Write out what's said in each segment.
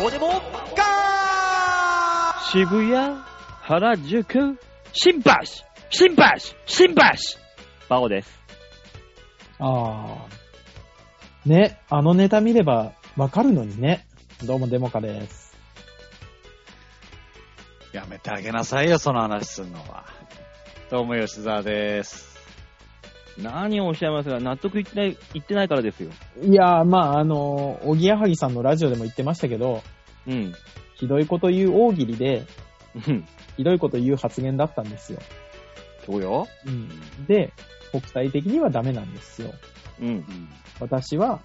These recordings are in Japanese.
どうでもガー渋谷、原宿、新橋、新橋、新橋バオです。ああ。ね、あのネタ見ればわかるのにね。どうもデモカです。やめてあげなさいよ、その話すんのは。どうも、吉沢です。何をおっしゃいますが、納得いってない、いってないからですよ。いやー、まあ、あのー、おぎやはぎさんのラジオでも言ってましたけど、うん。ひどいこと言う大喜利で、うん。ひどいこと言う発言だったんですよ。そうよ。で、国際的にはダメなんですよ。うん。うん。私は、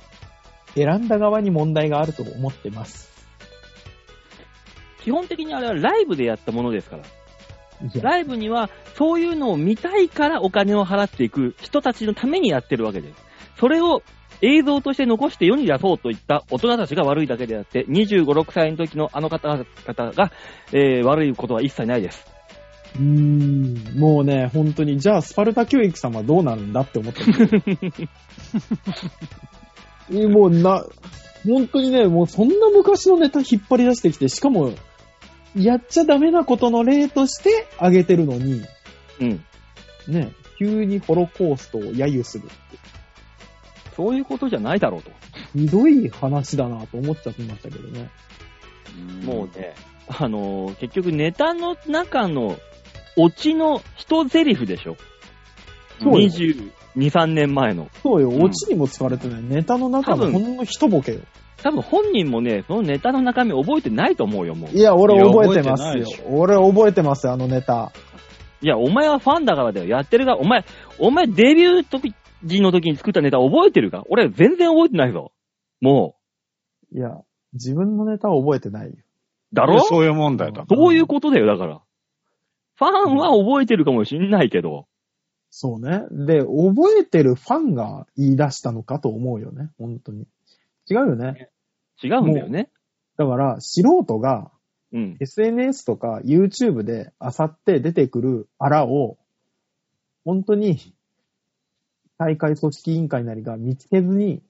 選んだ側に問題があると思ってます。基本的にあれはライブでやったものですから。いや、ライブには、そういうのを見たいからお金を払っていく人たちのためにやってるわけです。それを映像として残して世に出そうといった大人たちが悪いだけであって、25、6歳の時のあの方々が、えー悪いことは一切ないです。うーん、もうね、本当に、じゃあスパルタ教育さんはどうなるんだって思って る。もうな、本当にね、もうそんな昔のネタ引っ張り出してきて、しかも、やっちゃダメなことの例として挙げてるのに、うん。ね、急にホロコーストを揶揄する。そういうことじゃないだろうと。ひどい話だなと思っちゃってましたけどね。もうね、あのー結局ネタの中のオチの一セリフでしょ。そうよ22、3年前の。そうよ、んオチにも使われてない。ネタの中多分のほんの一ボケよ。多分本人もね、そのネタの中身覚えてないと思うよ、もう。いや、俺覚えてまいやす覚えてないでよし。俺覚えてますよ、あのネタ。いや、お前はファンだからだよ。やってるが、お前、お前デビュー時時の時に作ったネタ覚えてるか俺全然覚えてないぞ。もいや、自分のネタは覚えてないよ。う。だろそういう問題だ。そういうことだよ、だから。ファンは覚えてるかもしんないけど。そうね。で、覚えてるファンが言い出したのかと思うよね、本当に。違うよね。違うんだよね。だから、素人がうん。 SNS とか YouTube で漁って出てくるあらを、本当に大会組織委員会なりが見つけずに、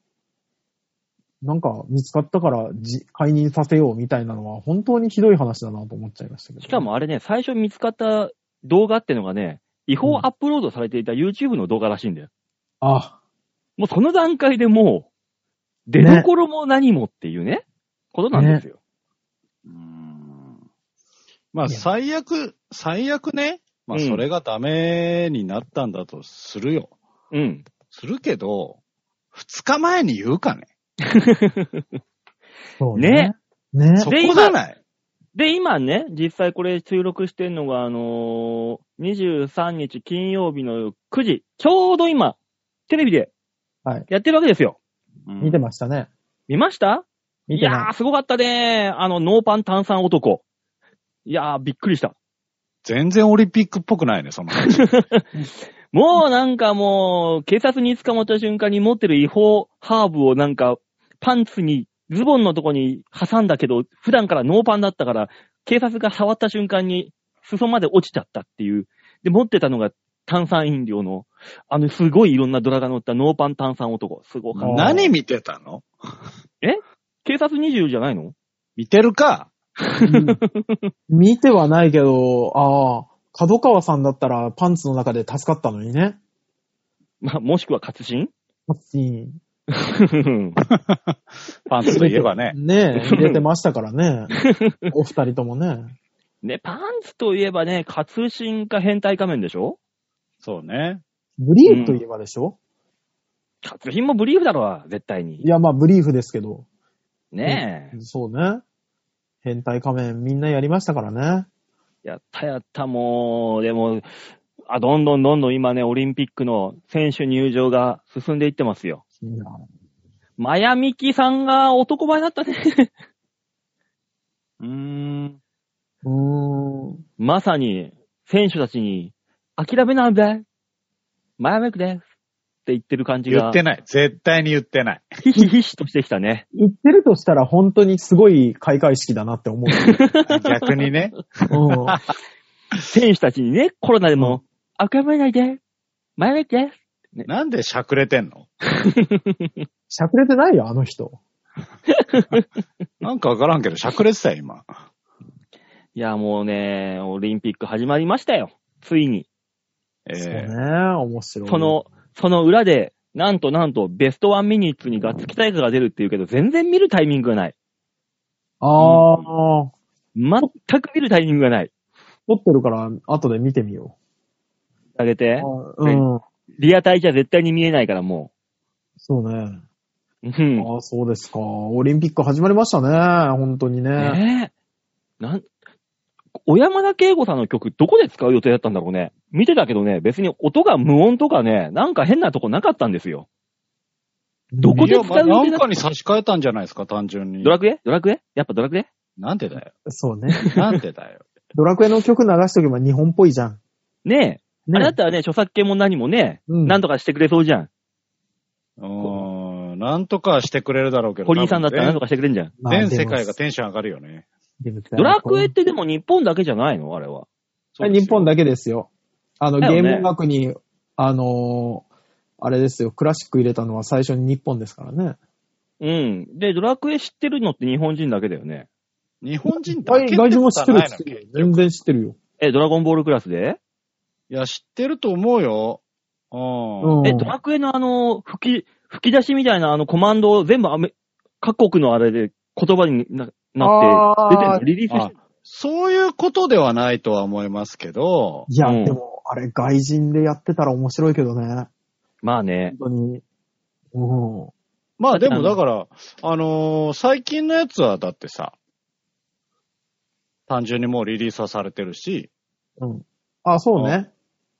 なんか見つかったからじ解任させようみたいなのは本当にひどい話だなと思っちゃいましたけど。しかもあれね、最初見つかった動画ってのがね、違法アップロードされていた YouTube の動画らしいんだよ。あ、もうその段階でもう、出どころも何もっていうね、ことなんですよ。うんまあ、いや最悪、最悪ね。まあ、うんそれがダメになったんだとするよ。うん。するけど、二日前に言うかね。そうね。ね。そこじゃない。で、今ね、実際これ収録してんのが、あのー、23日金曜日の9時、ちょうど今、テレビではい、やってるわけですよ。見てもましたね。見ました見ていやなー、すごかったねー。あの、ノーパン炭酸男。いやー、びっくりした。全然オリンピックっぽくないね、その話。もうなんかもう、警察に捕まった瞬間に持ってる違法ハーブをなんか、パンツに、ズボンのとこに挟んだけど、普段からノーパンだったから、警察が触った瞬間に、裾まで落ちちゃったっていう。で、持ってたのが炭酸飲料の、あの、すごいいろんなドラが乗ったノーパン炭酸男。すごかった。何見てたの警察20じゃないの 見てるか。い。見てはないけど、ああ、角川さんだったらパンツの中で助かったのにね。まあ、もしくは活心 パッチン。パンツといえばね。ねえ、入れてましたからね。お二人ともね。ね、パンツといえばね、活心か変態仮面でしょそうね。ブリーフといえばでしょ、活心もブリーフだろう、絶対にい。や、まあ、ブリーフですけど。ねえ。そうね。変態仮面みんなやりましたからね。やったやった、もう、でも、あ、どんどんどんどん今ね、オリンピックの選手入場が進んでいってますよ。いやマヤミキさんが男前だったね。 うーん。うーん。まさに、選手たちに、諦めなんだマヤミキです。って言ってる感じ言がっ、てない。絶対に言ってない。ひしひしとしてきたね。言ってるとしたら本当にすごい開会式だなって思逆に ね。う。うん。選手たちにね、コロナでも、諦めないで、マヤミキです。なんでしゃくれてんのしゃくれてないよ、あの人。なんかわからんけど、しゃくれてたよ、今。いや、もうね、オリンピック始まりましたよ。ついに。えそうえね。面白い。その、その裏で、なんとなんと、ベストワンミニッツにガッツキ大会が出るっていうけど、全然見るタイミングがない。ああ、全く見るタイミングがない。撮ってるから、後で見てみよあげう。て。うん。リアタイじゃ絶対に見えないから、もそうね。う。うん。ああ、そうですか。オリンピック始まりましたね。本当にね。ねえ。なん、小山田圭吾さんの曲どこで使う予定だったんだろうね。見てたけどね、別に音が無音とかね、なんか変なとこなかったんですよ。どこいでや、使うまあ予定だっなたんかに差し替えたんじゃないですか、単純にド。ラクエドラクエやっぱドラクエなんでだよ。そうね。なんで だよ。ドラクエの曲流しとけば日本っぽいじゃん。ねえ。ねあれだったらね、著作権も何もね、うんなんとかしてくれそうじゃん。うーん、なんとかしてくれるだろうけど。堀井さんだったらなんとか。かしてくれんじゃん。まあ全世界がテンション上がるよね。でもドラクエってでも日本だけじゃないのあれは。そうですよ日本だけですよ。あの、だよねゲーム音楽に、あのーあれですよ、クラシック入れたのは最初に日本ですからね。うん。で、ドラクエ知ってるのって日本人だけだよね。日本人だけ外って外人もこ知とっはないのてる知ってるよ結全局然知ってるよ。え、ドラゴンボールクラスでいや、知ってると思うよ。うん。うんえ、ドラクエのあの、吹き、吹き出しみたいなあのコマンドを全部アメ、各国のあれで言葉にななって、出てんあのーリリースしあそういうことではないとは思いますけど、いや、うんでも、あれ、外人でやってたら面白いけどね。まあね。本当に。うん。まあでもだから、あのー最近のやつはだってさ、単純にもうリリースはされてるし、うん。あ、そうね。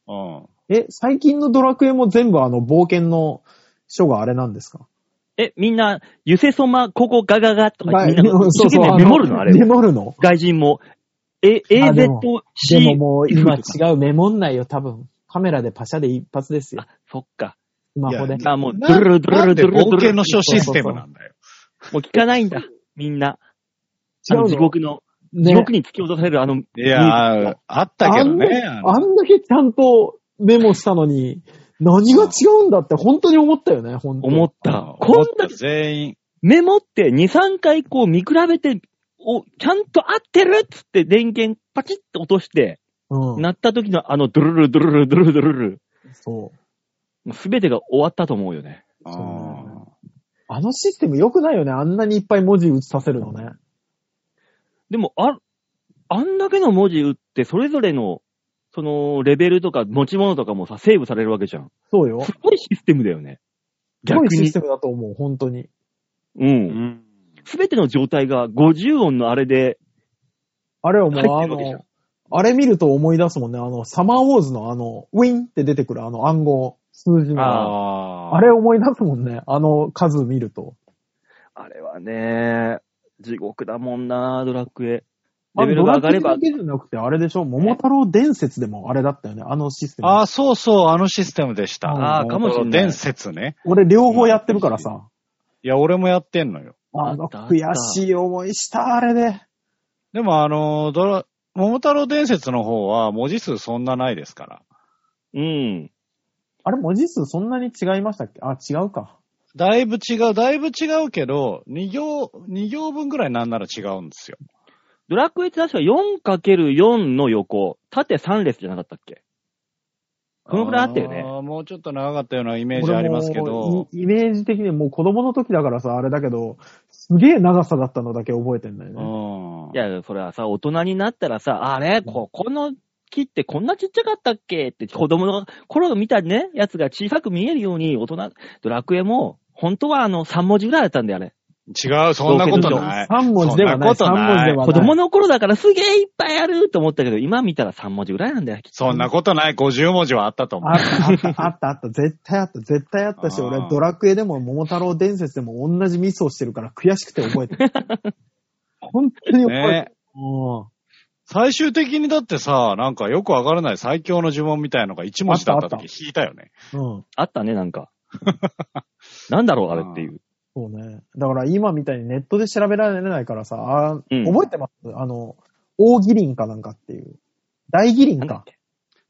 うん。え、最近のドラクエも全部あの、冒険の書があれなんですかえ、みんな、ゆせそま、ここガガガとか、はみいんな、一生懸命メモるのあれメ。モるの外人も。え、あでも AZC。でももう今 F とか違うメモんないよ、多分。カメラでパシャで一発ですよあ。、そっか。スマホでい。やあ、もう、ドなゥルルドゥなルルんドでゥルルドゥ冒ル険ル。もの書システムなんだよ。う聞かないんだ。みんな。あの、地獄の、ね地獄に突き落とされるあの、いやー、あったけどね。あんあなのあんだけちゃんとメモしたのに、何が違うんだって本当に思ったよね、本当に思った。こんな全員。メモって2、3回こう見比べて、お、ちゃんと合ってるっつって電源パチッと落として、うん。鳴った時のあのドゥルルドゥルルドゥルルドゥルル、そう。もうすべてが終わったと思うよね。あそうだーあのシステム良くないよね。あんなにいっぱい文字打ちさせるのね。でも、あ、あんだけの文字打って、それぞれの、その、レベルとか持ち物とかもさ、セーブされるわけじゃん。そうよす。ごいシステムだよね。すご逆いシにス。テムだと思う、本当に。う。うんんすべての状態が50音のあれで、あれはもう入っあてるわけじゃの、あれ見ると思い出すもんね。あの、サマーウォーズのあの、ウィンって出てくるあの暗号、数字の。ああれ思い出すもんね。あの数見ると。あれはね、地獄だもんな、ドラクエ。あレベルが上がればドラクエだけじゃなくて、あれでしょ桃太郎伝説でもあれだったよね。あのシステム。あー、そうそう、あのシステムでした。ああ、かもしれない。伝説ね。俺両方やってるからさ。いや、俺もやってんのよ。ああったの悔しい思いした、あれで。でも、あのー、ドラ、桃太郎伝説の方は文字数そんなないですから。うん。あれ文字数そんなに違いましたっけあ、違うか。だいぶ違う、だいぶ違うけど、2行、二行分ぐらいなんなら違うんですよ。ドラクエって確か 4×4 の横、縦3列じゃなかったっけこのぐらいあったよねあーもうちょっと長かったようなイメージありますけ俺ども。イイメージ的にもう子供の時だからさ、あれだけど、すげえ長さだったのだけ覚えてんだよね。うんいや、それはさ、大人になったらさ、あれ、ここの木ってこんなちっちゃかったっけって子供の頃見たね、やつが小さく見えるように、大人、ドラクエも、本当はあの3文字ぐらいだったんだよ、あれ。違う、そんなことない。 3文字ではない。そ三んなこと文字なでいはない。子供の頃だからすげえいっぱいあると思ったけど、今見たら3文字ぐらいなんだよ。きっとそんなことない。50文字はあったと思うあ。った、あった、あった、あった、絶対あった、絶対あったし、あー俺、ドラクエでも桃太郎伝説でも同じミスをしてるから悔しくて覚えて る。本当に覚えてる。ね。うん最終的にだってさ、なんかよくわからない最強の呪文みたいのが1文字だった時引いたよね。うん。あったね、なん か。なんだろう、あれっていう。そうね。だから今みたいにネットで調べられないからさ、あーうん覚えてますあの、大義林かなんかっていう。大な義ん林だっか。け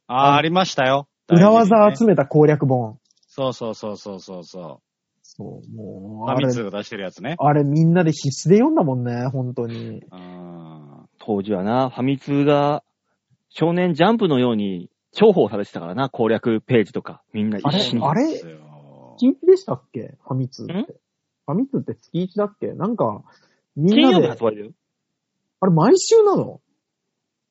ああ、ありましたよ。裏技大事にね集めた攻略本。そうそうそうそうそうそそう、もう、フあァミれ通、が出してるやつね。あれみんなで必死で読んだもんね、本当に。うん。当時はな、ファミ通が少年ジャンプのように重宝されてたからな、攻略ページとか。みんなあ一れ緒に。あれですよ月1でしたっけファミ通って。んファミ通って月1だっけなんか、みん金な曜日で、発売だよ。あれ毎週なの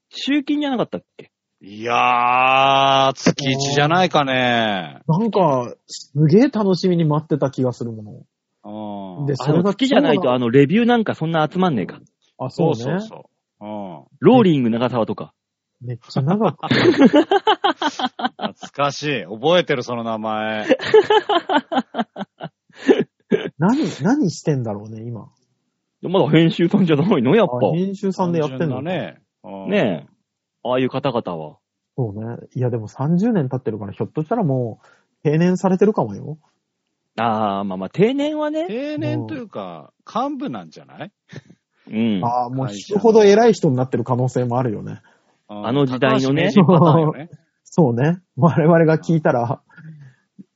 週金じゃなかったっけいやー、月一じゃないかね。なんか、すげえ楽しみに待ってた気がするもうの。ん。で、あその、れが好きじゃないと、ああの、レビューなんかそんな集まんねえか。あ、そそううそねう。そう。うん。ローリング長沢とか。めっちゃ長く て。懐かしい。覚えてる、その名前。何、何してんだろうね、今。まだ編集さんじゃないのやっあ編集さんでやってんの単純だ。ね。うぱ。んねえ。ああいう方々は。そうね。いや、でも30年経ってるから、ひょっとしたらもう、定年されてるかもよ。ああ、まあまあ、定年はね。定年というか、幹部なんじゃないうん。ああ、もう会社引くほど偉い人になってる可能性もあるよね。うんあの時代のね高橋名人パターンよね。そうね。我々が聞いたら、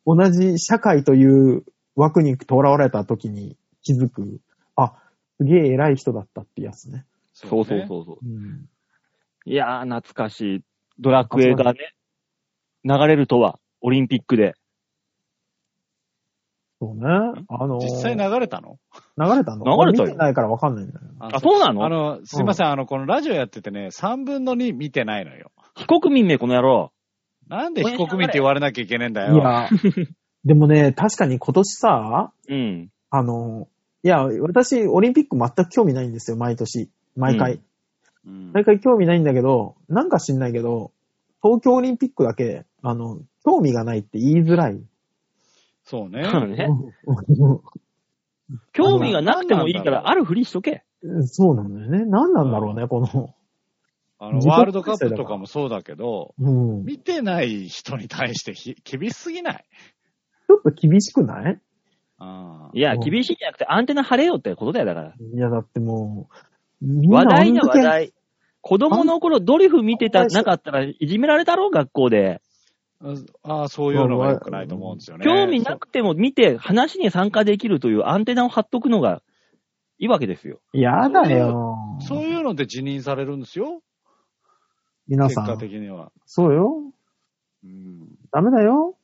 同じ社会という枠にとらわれた時に気づく、あ、すげえ偉い人だったってやつね。 そうそうねそうそう。うん。いやー、懐かしい。ドラクエがね、流れるとは、オリンピックで。そうね。あのー、実際流れたの流れた流れのたよ俺見てないからわかんないんだよ。ああ、そうなのあの、すいません、あの、このラジオやっててね、3分の2見てないのよ。非国民名この野郎。なんで非国民って言われなきゃいけねえんだいよ。や、でもね、確かに今年さ、うん。あのー、いや、私、オリンピック全く興味ないんですよ、毎年。毎回。うんうん毎回興味ないんだけど、なんか知んないけど、東京オリンピックだけ、あの、興味がないって言いづらい。そうね。そうね。う興味がなくてもいいから、あるふりしとけ。ん そうなんだよね。何なんだろうね、この。あの、自己ワールドカップとかもそうだけど、うん。ち見てない人に対してひ厳しすぎない。ょっと厳しくないあいや、うん厳しいんじゃなくて、アンテナ張れよってことだよ、だから。いや、だってもう、みんな話題のあんだけ話題。子供の頃、ドリフ見てた、なかったらいじめられたろ、学校で。あー、そういうのが良くないと思うんですよね。興味なくても見て、話に参加できるというアンテナを張っとくのが、いいわけですよ。やだよ。そうそういうので辞任されるんですよ。皆結さ果ん。的には。そうよ。うんダメだよ。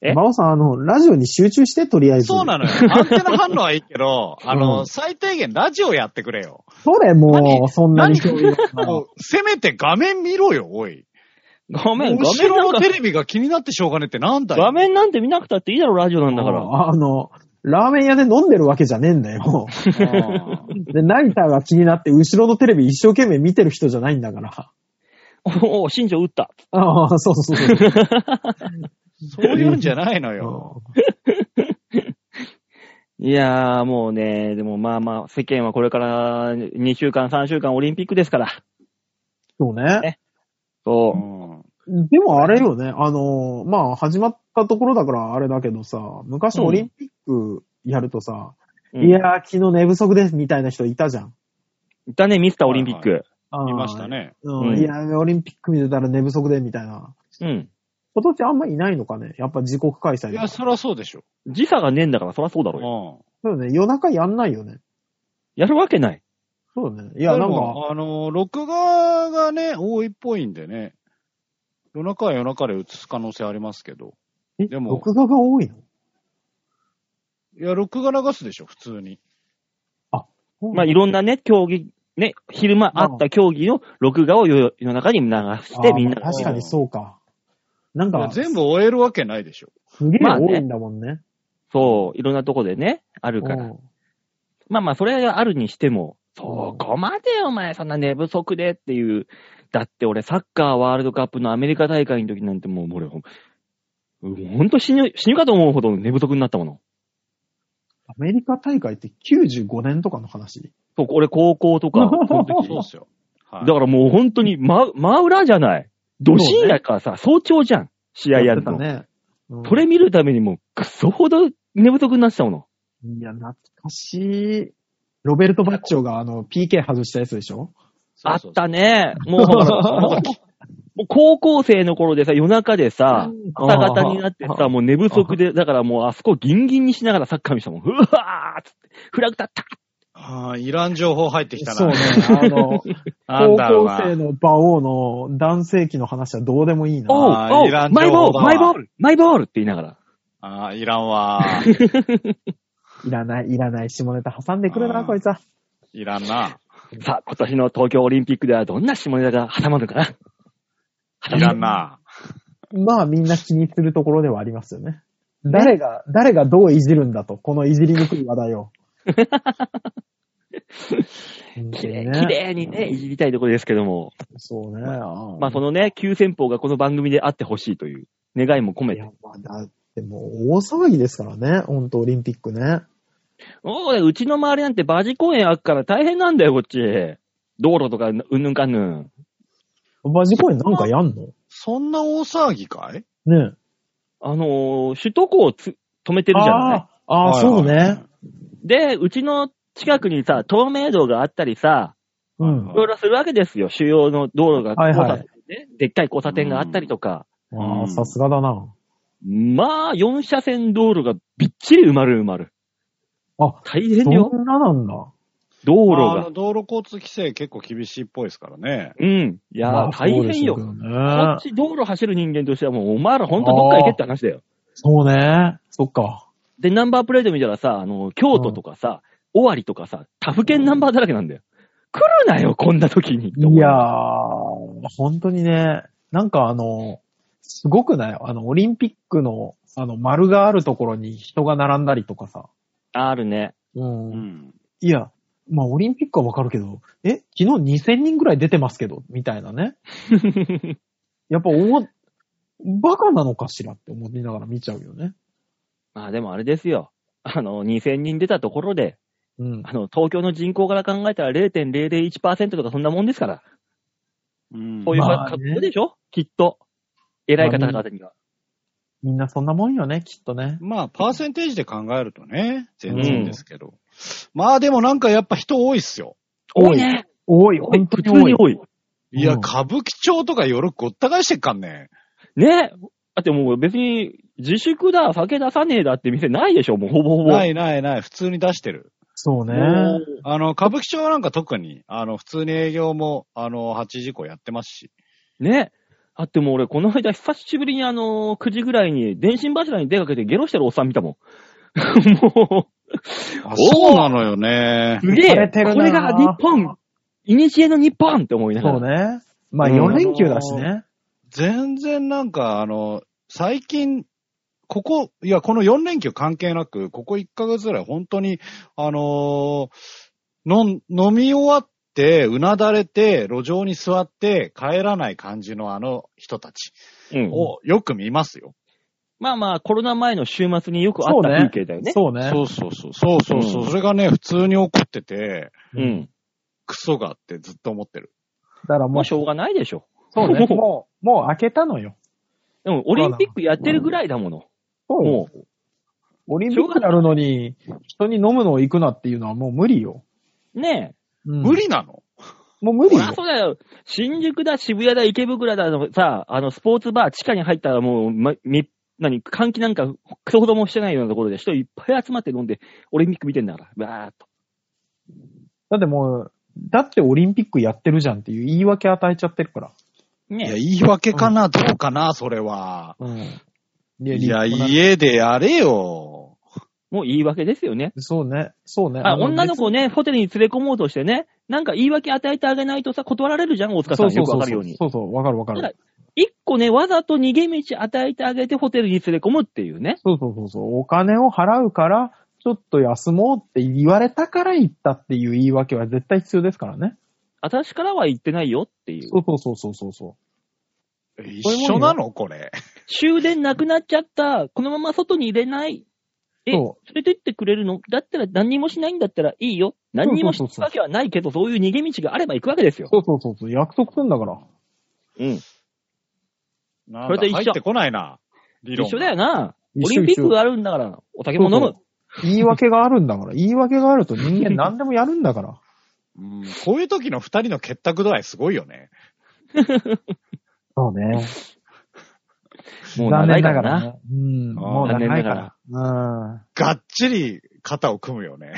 え馬尾さん、あの、ラジオに集中して、とりあえず。そうなのよ。アンテナ反応はいいけど、あうの、ん最低限ラジオやってくれよ。それもう、そんなに何興味ないなもうせめて画面見ろよ、おい。ごめん、画後面なろんのか、テレビが気になってしょうがねえってなんだよ。画面なんて見なくたっていいだろ、ラジオなんだから。ああの、ラーメン屋で飲んでるわけじゃねえんだよ。で、成田が気になって、後ろのテレビ一生懸命見てる人じゃないんだから。おお、新庄打った。ああ、そうそうそうそう。 そういうんじゃないのよ。いやー、もうね、でもまあまあ、世間はこれから2週間、3週間オリンピックですから。そうね。そうう。んでもあれよね、あの、まあ、始まったところだからあれだけどさ、昔オリンピックやるとさ、うんいやー、昨日寝不足ですみたいな人いたじゃん。いたね、ミスターオリンピック。あーいました。ね。うんうんいやー、オリンピック見てたら寝不足でみたいな。うん。今年あんまいないのかね。やっぱ自国開催いだかや、ら。そりゃそうでしょ。時差がねえんだから、そりゃそうだろうよ。うそうだね。夜中やんないよね。やるわけない。そうだね。いん。や、なでんか、もあの、録画がね、多いっぽいんでね、夜中は夜中で映す可能性ありますけど。え、でも録画が多いのいや、録画流すでしょ、普通に。まあ、いろんなね、競技、ね、昼間あった競技の録画を夜夜中に流して、みんなあーまあが。確かにそうか。なんいやか、全部終えるわけないでしょ。 すげえまあね多いんだもんね。そう、いろんなとこでね、あるから。うんまあまあ、それがあるにしても、そこまでお前、そんな寝不足でっていう。だって俺、サッカーワールドカップのアメリカ大会の時なんてもう、俺、ほんほんと死ぬ、 死ぬかと思うほど寝不足になったもの。アメリカ大会って95年とかの話。そう、俺、高校とか、そのそう時っ。すよ。はい だからもう本当に、ま、真裏じゃない。ど深夜からさ、早朝じゃん。試合やるってたの。ね。うんそれ見るためにもう、くそほど寝不足になってたもの。いや、懐かしい。ロベルト・バッチョがあの、PK 外したやつでしょそうあそうそう ったね。もうほら、もうもう高校生の頃でさ、夜中でさ、朝方になってさ、もう寝不足で、だからもうあそこギンギンにしながらサッカー見 したもん。うわーっつって、フラグ立ったああ、いらん情報入ってきたな。そうね。あの、 なんだろう高校な生の馬王の男性器の話はどうでもいいな。おうあーおういらん情報マイボーだルわマイボールマイボールって言いながら。ああ、いらんわ。 いらない、いらない、下ネタ挟んでくるあな、ーこいつは。いらんな。さあ、今年の東京オリンピックではどんな下ネタが挟まるのかないらんな。まあみんな気にするところではありますよね。誰が、誰がどういじるんだと、このいじりにくい話題 を。綺麗本当綺にね。麗にね、いじりたいところですけども。そうね。まあそのね、急先鋒がこの番組であってほしいという願いも込めいやて。、まあだってもう大騒ぎですからね、本当オリンピックね。おう、うちの周りなんてバジ公園開くから大変なんだよ、こっち。道路とかうんぬんかんぬん。バジ公園なんかやんのそんな大騒ぎかいねえ。あのー首都高をつ止めてるじゃないあーあー、そうね。。で、うちの近くにさ、透明度があったりさ、うはんい。ろいろするわけですよ。主要の道路が、はいはい交差点ねでっかい交差点があったりとか。あうあ、んさすがだな。まあ、4車線道路がびっちり埋まる埋まる。あ、大変よ。そんななんだ。道道路路が。道路交通規制結構厳しいっぽいですからね。うん。いやー、まあ大変よ。そうでしょうけどこねっち道路走る人間としてはもう、お前らほんとどっか行けって話だよ。そうね。そっか。で、ナンバープレート見たらさ、あの、京都とかさ、尾張とかさ、他府県ナンバーだらけなんだよ。来るなよ、こんな時に。いやー、本当にね、なんかあの、すごくないあの、オリンピックの、あの、丸があるところに人が並んだりとかさ。あるね。うんうん。いや、まあ、オリンピックはわかるけど、え、昨日2000人ぐらい出てますけど、みたい なね。やっぱ思う、バカなのかしらって思いながら見ちゃうよね。まあでもあれですよ。あの、2000人出たところで、うん。あの、東京の人口から考えたら0.001%とかそんなもんですから。うんこういうまあね格好でしょ、きっと。偉い方々には。みんなそんなもんよね、きっとね。まあ、パーセンテージで考えるとね、全然ですけど。まあでもなんかやっぱ人多いっすよ。多い多いね。多い、多い本当普に通多にい。多い。いや、うん歌舞伎町とか夜ごった返してっかんね。ねだってもう別に自粛だ、酒出さねえだって店ないでしょもうほぼほぼ。ないないない、普通に出してる。そうね。もうあの、歌舞伎町なんか特に、あの、普通に営業も、あの、8時以降やってますし。ね。あってもう俺、この間久しぶりにあのー、9時ぐらいに電信柱に出かけてゲロしてるおっさん見たもん。 もあおーそうなのよねう、。すげ疲えれてるなーこれが日本いにしえの日本って思いながそうら。ね。まあ、うん4連休だしね。全然なんか、あの、最近、ここ、いや、この4連休関係なく、ここ1ヶ月ぐらい本当に、あのーのん、飲み終わって、うなだれて、路上に座って、帰らない感じのあの人たちうんをよく見ますよ。まあまあ、コロナ前の週末によくあった風景だよね。そうね。そうそうそう。そうそうそう。うんそれがね、普通に起こってて、う。ん。クソがあってずっと思ってる。だからもまうあ、、しょうがない でしょ。そうね。ももう、もう開けたのよ。う、でもオリンピックやってるぐらいだもの。そうもよ。う、オリンピックやるのに、人に飲むのを行くなっていうのはもう無理よ。ねえ。うん無理なのもう無そ理りゃよ。そうだよ。新宿だ、渋谷だ、池袋だのさ、あの、スポーツバー、地下に入ったらもう、ま、み、何、換気なんか、くそほどもしてないようなところで、人いっぱい集まって飲んで、オリンピック見てんだから、わーっと。だってもう、だってオリンピックやってるじゃんっていう言い訳与えちゃってるから。いや、ねえ。言い訳かな、どうかな、それは。うん。いや、立派な家でやれよ。もう言い訳ですよね。そうね。そうね。あ、女の子別をね、ホテルに連れ込もうとしてね、なんか言い訳与えてあげないとさ、断られるじゃん、大塚さにそん。うそようくわそうかそるように。うそう、わかるわかだからる。一個ね、わざと逃げ道与えてあげてホテルに連れ込むっていうね。そうそうそうそう。お金を払うから、ちょっと休もうって言われたから行ったっていう言い訳は絶対必要ですからね。私からは言ってないよっていう。そうそうそうそうそうそ一緒なのこれ。終電なくなっちゃった。このまま外に入れない。え、連それてってくれるのだったら何にもしないんだったらいいよ。何にもしそうそうつそうそうわけはないけど、そういう逃げ道があれば行くわけですよう。。そうそうそうそう。約束すんだから。うん。なんそれだと一緒入ってこないな。理論。一緒だよ。な。一オリ緒ンピッ一緒クがあるんだから、お酒も飲そうむそ。言い訳があるんだから。言い訳があると人間何でもやるんだから。うん、こういう時の二人の結託度合いすごいよね。そうね。もう長いからな。ね。うん。あーもう長残い念ながから。うん。がっちり肩を組むよね。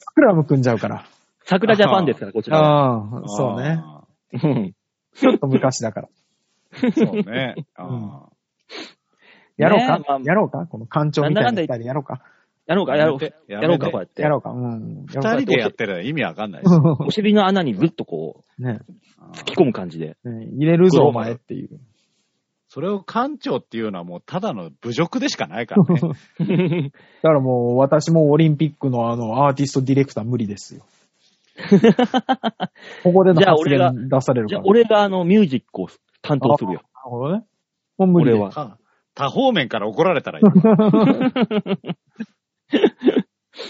スクラム組んじゃうから。桜ジャパンですから、こちらは。ああ、 そうね。あうんちょっと昔だから。ー。そう ね。あやろうかねえまあやろうかこの館長みたいな二人やろうかやろうーか、やろうか。ややめてろうか、こうやってや。ろうかうん。やろう二か人でやってるの意味わかんないです。お尻の穴にぐっとこう、 ね突き込む感じで。えねえ入れるぞ、お前っていう。それを館長っていうのはもうただの侮辱でしかないからね。 だからもう、私もオリンピックのあの、アーティストディレクター無理で すよ。ここでのじゃあ発俺が言出されるじかゃあら。、俺があの、ミュージックを担当するよ。なるほどね。もう無俺理だよは。か他方面から怒られたらいいわ。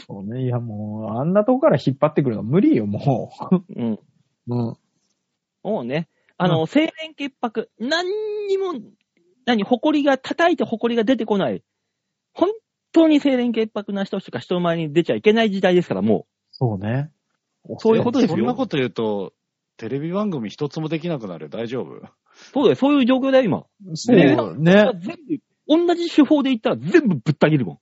そうね。いやもう、あんなとこから引っ張ってくるのは無理よ、もうん。う。うん。もうね、あの、清廉潔白、何にも、何、埃が、叩いて埃が出てこない。本当に清廉潔白な人しか人の前に出ちゃいけない時代ですから、もそうね。そういうことですよそんなこと言うと、テレビ番組一つもできなくなるよ。大丈夫う。そうだよ、そういう状況だよ、今。そうねね。全部、同じ手法で言ったら全部ぶった切るもん。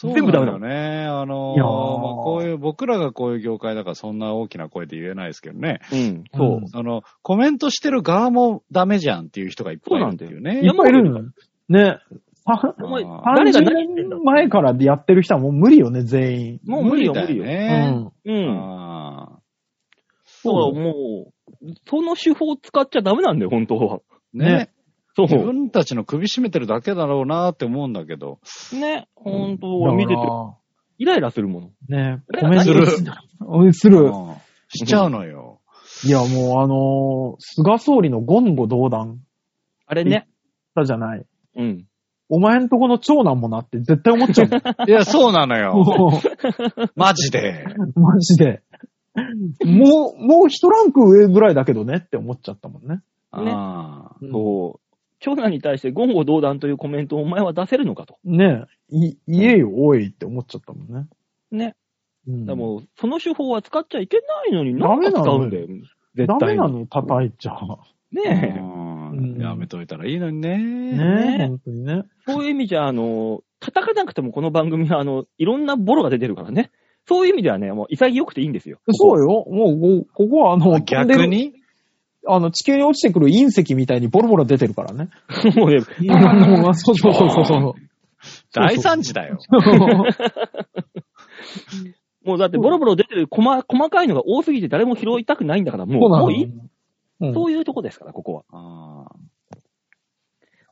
全部ダメだそうなんだよね。あのいまやーあ、こういう、僕らがこういう業界だからそんな大きな声で言えないですけどね。うん、そう。うんその、コメントしてる側もダメじゃんっていう人がいっぱいいるっていそうね。うなんだよいっぱいいるのよね。さお前、あー誰が30何言ってんだ年前からやってる人はもう無理よね、全員。もう無理よ、だ無理よよ。ね。う。うんんそうだ、もう、その手法を使っちゃダメなんだよ、本当は。ねね。そ自う。分たちの首絞めてるだけだろうなって思うんだけど。ね、本当、だから俺見てて、イライラするもの。ね俺コらメ何ントするうんする。うんしちゃうのよ。いや、もうあのー菅総理の言語道断あれね。だじゃない。うん。お前んとこの長男もなって絶対思っちゃういや、 そうなのよ。もマジで。う。マジで。もう、もう一ランク上ぐらいだけどねって思っちゃったもんね。あーそう。長男に対して言語道断というコメントをお前は出せるのかと。ねえ、い、言えよ、おいって思っちゃったもんね。ね。うん、でも、その手法は使っちゃいけないのに、ダなんメかな使うのよんだよ。絶対ダメになの叩いちゃねうんうんやめといたらいいのにう。ね。ねねえ、本当にね。え。そういう意味じゃ、あの、叩かなくてもこの番組は、あの、いろんなボロが出てるからね。そういう意味ではね、もう潔くていいんですよ。 そうよ。もう、こここはあの、逆にあの、地球に落ちてくる隕石みたいにボロボロ出てるからね。もうね、もう そうそうそうそうそう。大惨事だよ。もうだってボロボロ出てる細細かいのが多すぎて誰も拾いたくないんだから、もう、そうなものういよい。うんそういうとこですから、ここは。あーだ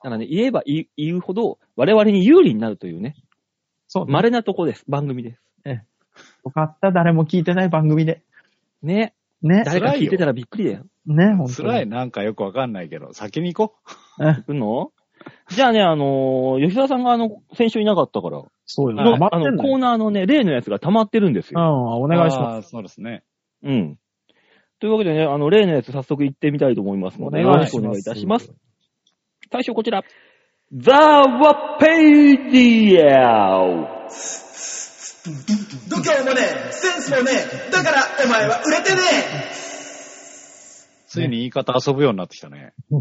からね、言えば言う言うほど我々に有利になるというね、そう。稀なとこです、番組です。よかった、誰も聞いてない番組で。ね。ね。誰か聞いてたらびっくりだよ。ね、本当に。辛い、なんかよくわかんないけど、先に行こえ行くのじゃあね、あのー吉田さんがあの、先週いなかったから、そうよ。はい黙ってあんの、のコーよナーのね、例のやつが溜まってるんですうん、よ。おう。願いします。す。そうですね。うん。というわけでね、あの、例のやつ早速行ってみたいと思いますので、よろしくお願いいたします。。最初こちら。ザ・ワペディア度胸もねえ、センスもねえ、だからお前は売れてねついに言い方遊ぶようになってきたね。い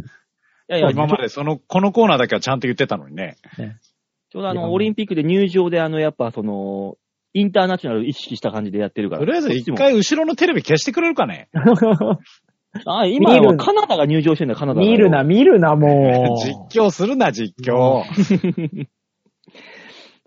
やいや、今までその、このコーナーだけはちゃんと言ってたのにね。ちょうどあいやの、オリンピックで入場で、あの、やっぱその、インターナショナル意識した感じでやってるから。とりあえず一回後ろのテレビ消してくれるかね。あ、今見はるカナダが入場してんだ、カナダが。見るな、見るな、も う。実況するな、実況。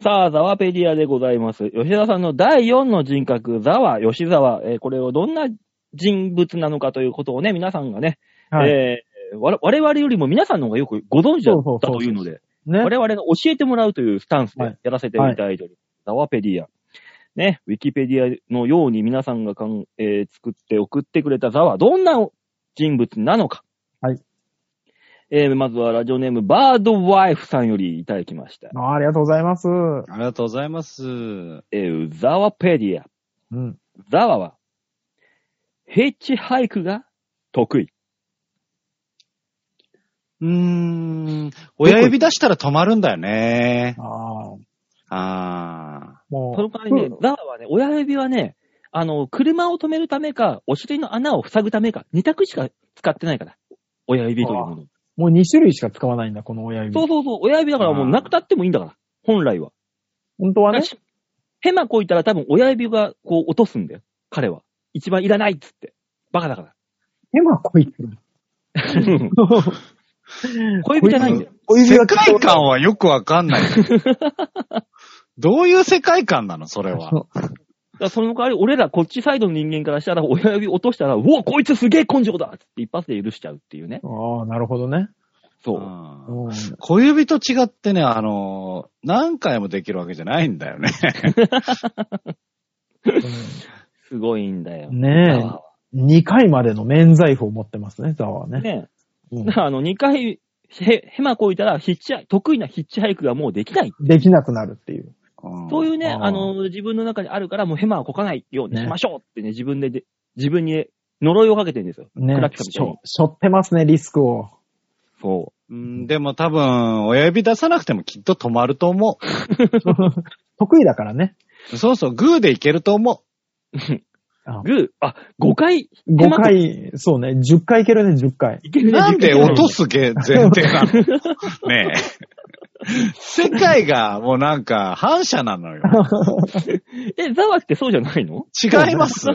さあ、ザワペディアでございます。吉田さんの第4の人格、ザワ、吉沢、えーこれをどんな人物なのかということをね、皆さんがね、はいえーわ我々よりも皆さんの方がよくご存知だそうそうったそうとそういうので、ね。我々が教えてもらうというスタンスはでいやらせていただいております。ザワペディア。ね、ウィキペディアのように皆さんがかん、えー作って送ってくれたザワ、どんな人物なのか。はい。えーまずはラジオネーム、バードワイフさんよりいただきました。あありがとうございます。うありがとうございます。うん。えーザワペディア。ん。ザワは、ヘッチハイクが得意。ん。親指出したら止まるんだよね。ああ、あもう。その代わりね、ザワはね、親指はね、あの、車を止めるためか、お尻の穴を塞ぐためか、二択しか使ってないから。親指というもの。もう2種類しか使わないんだ、この親指。そうそうそう、親指だからもうなくたってもいいんだから、本来は。本当はねだ。しヘマこいたら多分親指がこう落とすんだよ、彼は。一番いらないっつって。バカだ から。ヘマこいつ。小指じゃないんだよ。小指世は使わない界観はよくわかんない。どういう世界観なのそれは。だからその代わり、俺らこっちサイドの人間からしたら、親指落としたら、うお、こいつすげえ根性だっつって一発で許しちゃうっていうね。ああ、なるほどね。そうう。んうん小指と違ってね、あの、何回もできるわけじゃないんだよね。すごいんだよ。ねえ、2回までの免罪符を持ってますね、ザワはね。ねうえ。んだからあの、2回、へ、ヘマこいたら、ヒッチハイ、得意なヒッチハイクがもうできない。できなくなるっていう。そういううね、あーあの、自分の中にあるから、もうヘマはこかないようにしましょうってね、自分でで、自分に呪いをかけてるんですよ。ねクラピカみしたいにょ、しょってますね、リスクを。そん。でも多分、親指出さなくてもきっと止まると思得意だからね。う。そうそう、グーでいけると思あう。グー、あ、5回、 5回、そうね、10回いけるね、10回。いけう。るね。なんで10落とすげ前提なのねえ。世界がもうなんか反射なのよ。え、ザワってそうじゃないの違います。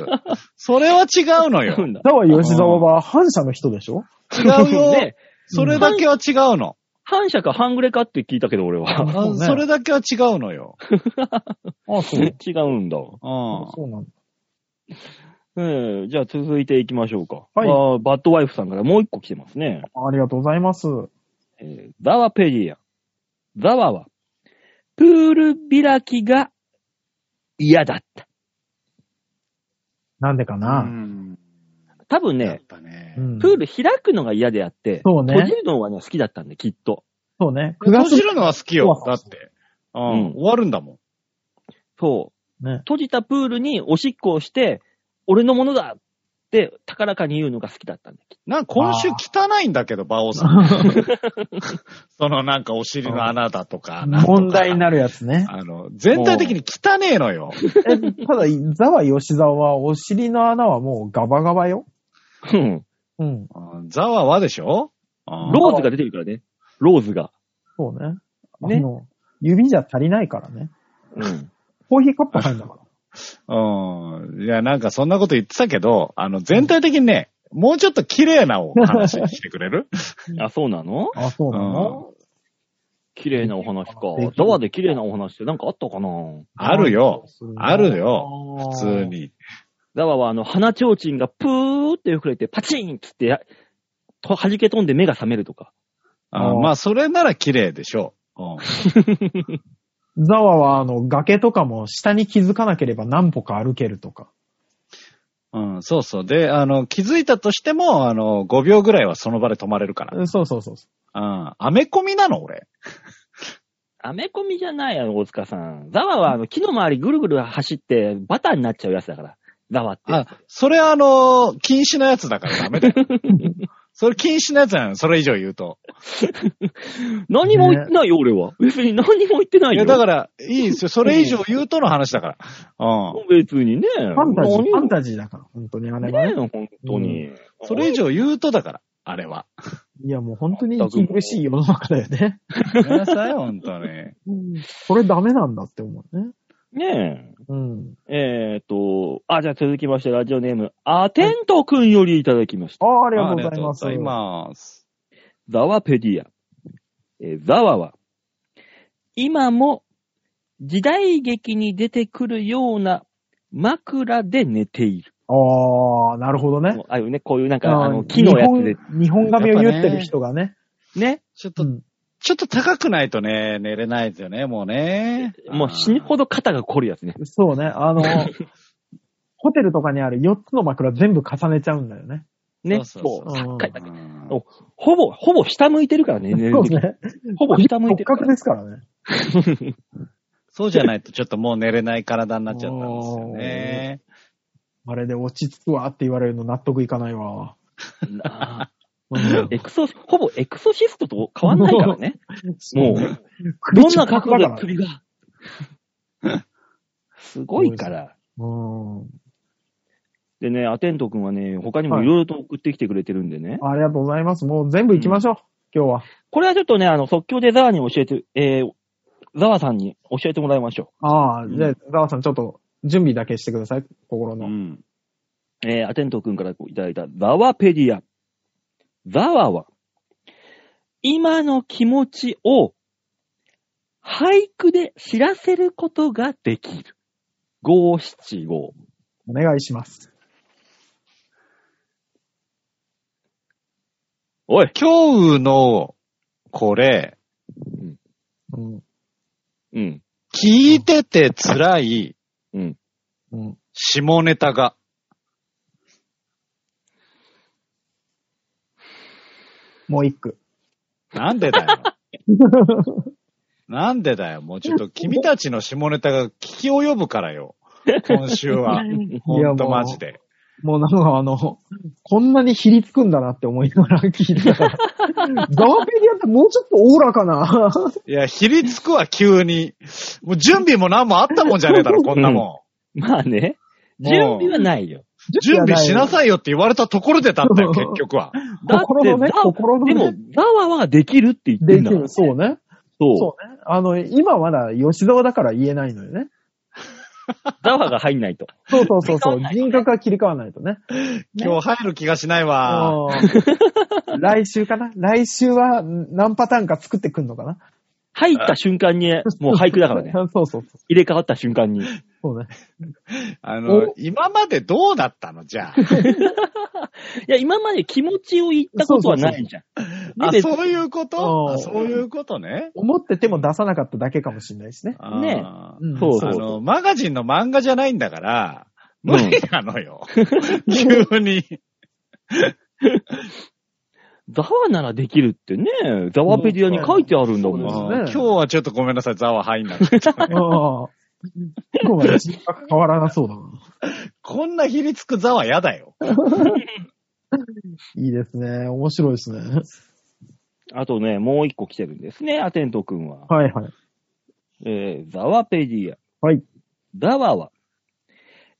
それは違うのよそ。うんだ。ザワ吉沢は反社の人でしょ違うよ。 ねそれだけは違うの。反射か半グレかって聞いたけど、俺は。そうあねそれだけは違うのよ。ああ、そう。違うんだ。うん。そうなんだ。うん、じゃあ続いていきましょうか。はいあーバッドワイフさんからもう一個来てますね。ありがとうございます。えーザワペディア。ザワは、プール開きが嫌だった。なんでかうな。ん多分やっね、ぱね。うんプール開くのが嫌であって、そうね閉じるのはね、好きだったんで、きっと。そうね。9閉月じるのは好きよ。そだうっそうて。うん。うん終わるんだもん。そう。ね閉じたプールにおしっこをして、俺のものだって、高らかに言うのが好きだったんで。なんか今週汚いんだけど、馬王さ ん。そのなんかお尻の穴だとか。なんとか。問題になるやつねあの、全体的に汚えのよ。えただ、ザワ吉沢はお尻の穴はもうガバガバよ。うん。うん。うんざわわでしょうんローズが出てるからね。ローズが。そうね。ねあの、指じゃ足りないからね。 うん。コーヒーカップ入んだから。うん。いや、なんかそんなこと言ってたけど、あの、全体的にね、もうちょっと綺麗なお話にしてくれ るあ、そうなのあ、そうなの綺麗なお話かできる。ザワで綺麗なお話ってなんかあったかなあるよ。。あるよ普通。に。ザワはあの、鼻ちょうちんがプーって膨れて、パチンっつってや、と弾け飛んで目が覚めるとか。あうんまあ、それなら綺麗でしょう。うんザワは、あの、崖とかも下に気づかなければ何歩か歩けるとか。うん、そうそう。で、あの、気づいたとしても、あの、5秒ぐらいはその場で止まれるから。そうそうそうそうん。アメコミなの俺。アメコミじゃないやろ、大塚さん。ザワはあの、木の周りぐるぐる走って、バターになっちゃうやつだから。ザワって。あ、それあの、禁止のやつだからダメ だよ。それ禁止のやつなのそれ以上言うと。何も言ってないよ、俺は。別に何も言ってないいよ。や、だから、いいですよ。それ以上言うとの話だから。うん。別にね。う。ファンタジ何ー、ファもンタジーだから、本当にあれはねねえ。の、本当に。それ以上言うとだから、あれは。いや、もう本当に息苦しい世の中だよね。ごめんなさい、ほんとに。これダメなんだって思うね。ねうん。え。えーっと、あ、じゃあ続きまして、ラジオネーム、アテントくんよりいただきました。ああ、ありがとうございます。ありがとうございます。ザワペディア。えーザワは、今も時代劇に出てくるような枕で寝ている。ああ、なるほどね。ああいうね、こういうなんか、ああーの、木のやつで日本日本髪を言ってる人がね。ね、ちょっうと、んちょっと高くないとね、寝れないですよね、もうね。もう死ぬほど肩が凝るやつね。そうね。あの、 ホテルとかにある4つの枕全部重ねちゃうんだよね。ね、そうそうそうもう高いだうけんおほぼ、ほぼ下向いてるからね、寝るそう時 ね。ほぼ下向いてる骨から格。ですからね。そうじゃないとちょっともう寝れない体になっちゃったんですよね。あれで落ち着くわって言われるの納得いかないわ。なあうんエクソ、ほぼエクソシストと変わんないからね。もう、どどんな角度だでか首が。すごいから。ら。うん。でね、アテント君はね、他にもいろいろと送ってきてくれてるんでね。ありがとうございます。もう全部行きましょう。今日は。これはちょっとね、あの、即興でザワに教えて、えー、ザワさんに教えてもらいましょああ、うんじゃあ、ザワさんちょっと準備だけしてください。心うの。ん。う。えー、アテント君からいただいたザワペディア。ザワは、今の気持ちを俳句で知らせることができる。五七五。お願いします。おい。今日の、これ、うん。うん。聞いてて辛いうん。うん。下ネタが。もう一句。なんでだよ。なんでだよ。もうちょっと君たちの下ネタが聞き及ぶからよ。今週は。ほんとマジで。もうなんかあの、こんなにひりつくんだなって思いながら聞 いてたから。ザワペディアってもうちょっとおおらかな。いや、ひりつくわ、急に。もう準備も何もあったもんじゃねえだろ、こんなもまあね。もう準備はないよ。ん。準備しなさいよって言われたところでだったよ、結局は。だって 心のねザワ心のねでも、ザワはできるって言ってでんきだからる。そうね。そう。そうね。あの、今まだ吉沢だから言えないのよね。ザワが入んないと。そうそうそうそう切り替わん。ないとね人格が切り替わらないとね。今日入る気がしないわ。うん 来週かな来週は何パターンか作ってくんのかな入った瞬間に、もう俳句だからね。 そうそうそう。入れ替わった瞬間に。そうね。あのお、今までどうだったのじゃあ。いや、今まで気持ちを言ったことはないじゃん。あ、ねそういうことうんあそういうことね。思ってても出さなかっただけかもしれな いしね。あーねうんそうあの、マガジンの漫画じゃないんだから、無理なのよ。急に。ザワならできるってね、ザワペディアに書いてあるんだもうんん。そう今ですね日はちょっとごめんなさい、ざわ入んなくて。ああ。今日は人格変わらなそうだな。こんなひりつくざわやだよ。いいですね。面白いですね。あとね、もう一個来てるんですね、アテント君は。はいはい。えー、ザワペディア。はい。ザワは、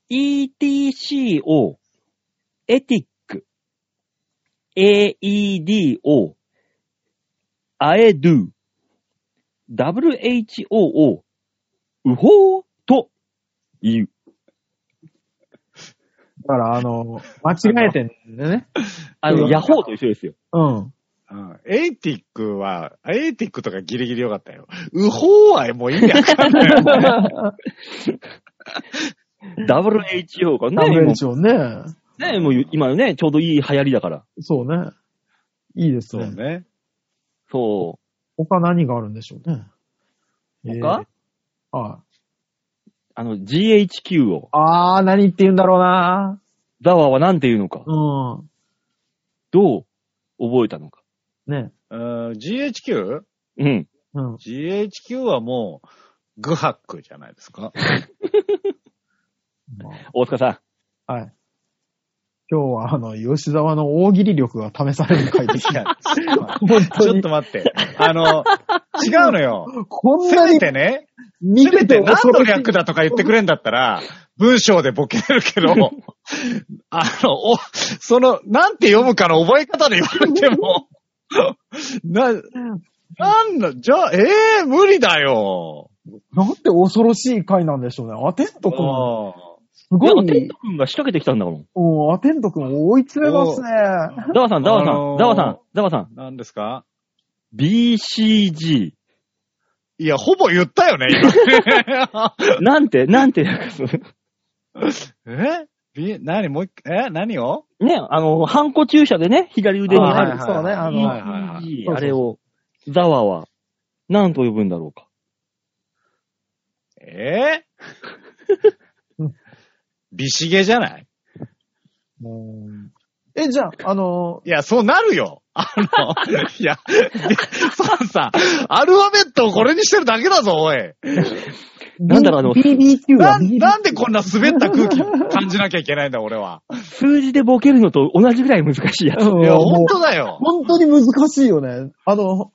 ETCO、エティック、AEDO、アエドゥ、WHOO、ウホーという。だから、あの、間違えてんだよね。あうの、んヤホーと一緒ですよ。 うん。うんエイティックは、エイティックとかギリギリよかったよ。ウホーはもう意味わかんないよね。 WHO がね、今 WHO ね。ね、もう今ね、ちょうどいい流行りだから。そうね。いいですそうね。ね。そ他何があるんでしょうね。う。他、えーはい。あの、GHQ を、あー、何って言うんだろうなザワは何て言うのか、うどう覚えたのか。ん。ね。うん GHQ?GHQ うん。うん。はもう、グハックじゃないですか。ま大塚さあはい。今日は、あの、吉沢の大喜利力が試される回でしいやた。ちょっと待って本ち当ょっにと。待って。あの、違うのよ。 こんせなめにてね、見せてめてて何恐ろのしい略だとか言ってくれんだったら、文章でボケれるけど、あの、お、その、なんて読むかの覚え方で言われても、 な、なんだ、じゃあ、ええ無理だよ。なんて恐ろしい回なんでしょうね。アテント君、うすん。いやごアテンいト、君が仕掛けてきたんだもん。うんアテント君を追い詰めますね。ザワさん、ザワさあのん、ーザワさん、ザワさん。ん。なんですか BCG。いや、ほぼ言ったよね、今。なんて、なんて、 えび何もう一回、え何を ね、あの、ハンコ注射でね、左腕にああはいるはい。そうねあのはいはいは BCG いそうそうそうあれを、ザワは、何と呼ぶんだろうか。えうーん、ビシゲじゃないうんえ、じゃあ、あの、いや、そうなるよ。あの、いや、そうさ、アルファベットをこれにしてるだけだぞ、おい。なんだろうあの BBQ なはん、なんでこんな滑った空気感じなきゃいけないんだ、俺 は。数字でボケるのと同じぐらい難しいやつ。いや、うんもほうんとだよ。本当に難しいよね。あの、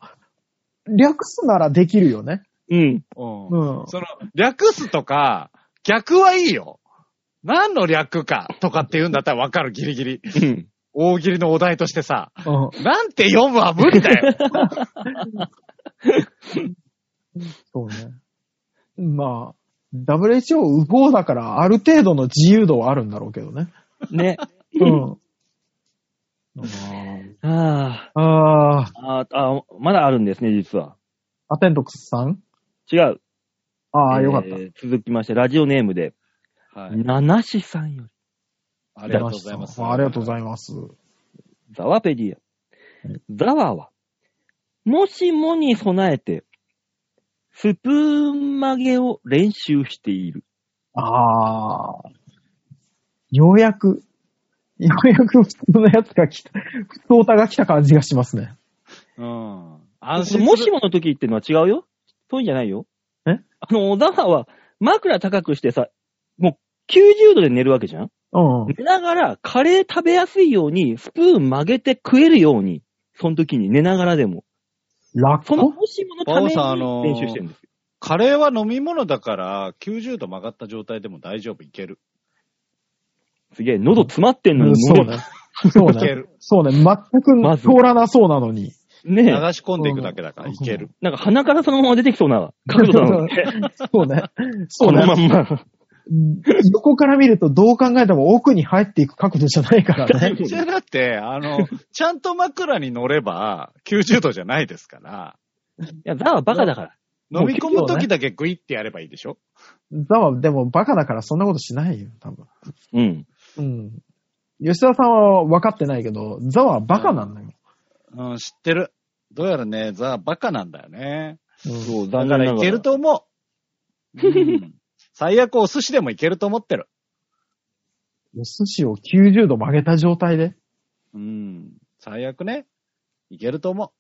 略すならできるよね。うん。うんうん。その、略すとか、逆はいいよ。何の略かとかって言うんだったらわかる、ギリギリ。うん。大喜利のお題としてさ、うん。なんて読むは無理だ よ。そうね。まあ、WHO 不法だから、ある程度の自由度はあるんだろうけどね。ね。 うん。ああー、あ、あーあー、まだあるんですね、実は。アテントクスさん違う。ああ、よかった。えー続きまして、ラジオネームで、はい。七しさんより、ありがとうございます。ありがというございます。ザワペディア。ザワは、もしもに備えて、スプーン曲げを練習している。ああ。ようやく、ようやく普通のやつが来た、普通オタが来た感じがしますね。ます。うん。安心するもしもの時ってのは違うよ。そういうんじゃないよ。えあの、ザワは枕高くしてさ、もう90度で寝るわけじゃんうん。寝ながら、カレー食べやすいように、スプーン曲げて食えるように、その時に寝ながらでも。ラッそのコもしものために馬王さんあのー練習してるんですよ。カレーは飲み物だから、90度曲がった状態でも大丈夫、いける。すげえ、喉詰まってんのにうん、そう喉、ね。そういけねる。そうね。全まくず通らなそうなのに。ね流え、し込んでいくだけだから、いける。なんか鼻からそのまま出てきそうな角度なのね。そうね。そこうのねま。んま。横から見るとどう考えても奥に入っていく角度じゃないから ね。じゃあだって、あ の、ちゃんと枕に乗れば、90度じゃないですから、いや、ザはバカだから。飲み込む時だけグイってやればいいでしょザワ、でもバカだからそんなことしないよ、多分。うん。うん。吉田さんは分かってないけど、ザワはバカなんだよ。うん、知ってる。どうやらね、ザ・バカなんだよね。うんそう、残だ念なかがらら。いけると思う。 うん最悪お寿司でもいけると思ってる。お寿司を90度曲げた状態で。うん。最悪ね。いけると思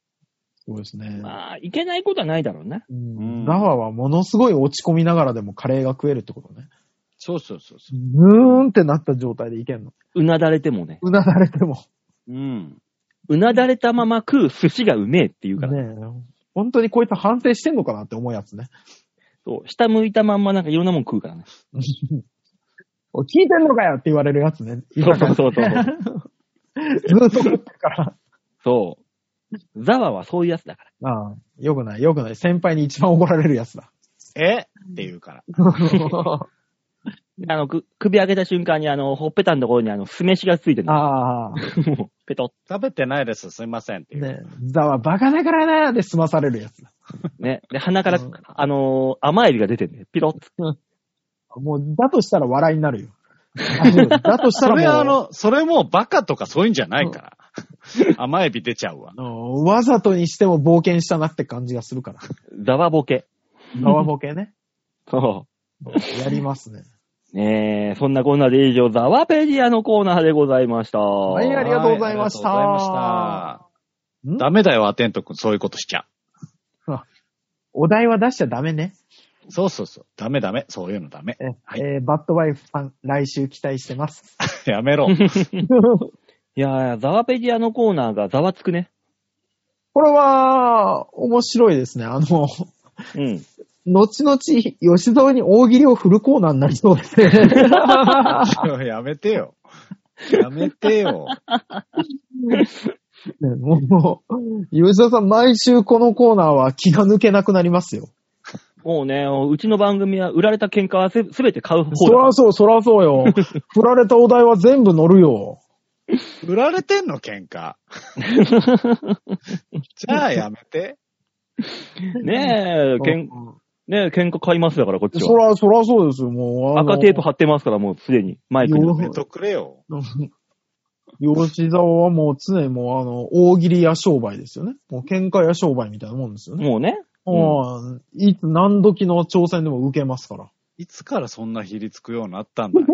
そうですね。まあ、いけないことはないだろうな。うんうんザワはものすごい落ち込みながらでもカレーが食えるってことね。う。そうそうそうそズーンってなった状態でいけんの。うなだれてもね。うなだれても。う。うん。うなだれたまま食う寿司がうめえっていうから。ねえ本当にこいつ反省してんのかなって思うやつね。そう、下向いたまんまなんかいろんなもん食うからね。おい聞いてんのかよって言われるやつね。そうそうそうそう。ずーっと食ってるから。そう。ザワはそういうやつだから。ああ、よくない、よくない。先輩に一番怒られるやつ だ。えって言うから。あの、く首上げた瞬間に、あの、ほっぺたのところに、あの、酢飯がついてるの。ああ、もうペト食べてないです。すいませんっていう。ねザはバカだからなーで済まされるやつだ。ッ。ね。で、鼻からうん、あのー甘エビが出てるね。ピロッつ。もう、だとしたら笑いにな るよ。大丈夫だとしたそらもうれあの、それもうバカとかそういうんじゃないから。 甘エビ出ちゃうわあ。の、わざとにしても冒険したなって感じがする から。ザワボケ。ザワボケね。そやりますね。う。ねえ、そんなこんなで以上、ザワペディアのコーナーでございました。はいありがとうございましたはありがとうございまんした。ダメだよ、アテント君。そういうことしちゃ。お題は出しちゃダメね。そうそうそう。ダメダメ。そういうのダメ。え、はいえーバッドワイフさん、来週期待してます。 やめろ。いやー、ザワペディアのコーナーがザワつくね。 これは、面白いですね。あの、うん。後々、吉沢に大喜利を振るコーナーになりそうですね。 やめて よ。やめてよ。ねもう、吉沢さん、毎週このコーナーは気が抜けなくなりますよ。もうね、うちの番組は売られた喧嘩はすすべて買う方そらだ。そう、そらそう よ。振られたお題は全部乗るよ。売られてんの喧 嘩。じゃあやめて。ねえ、けんねえ喧嘩買いますだから、こっちそは。ら、そらそうですよ、もう。あの赤テープ貼ってますから、もうすでに。マイクによ。やめとくれよ。吉沢はもう常にもうあの、大喜利や商売ですよね。もう喧嘩や商売みたいなもんですよね。もうね。うんうん。いつ何時の挑戦でも受けますから。いつからそんなひりつくようになった んだよ。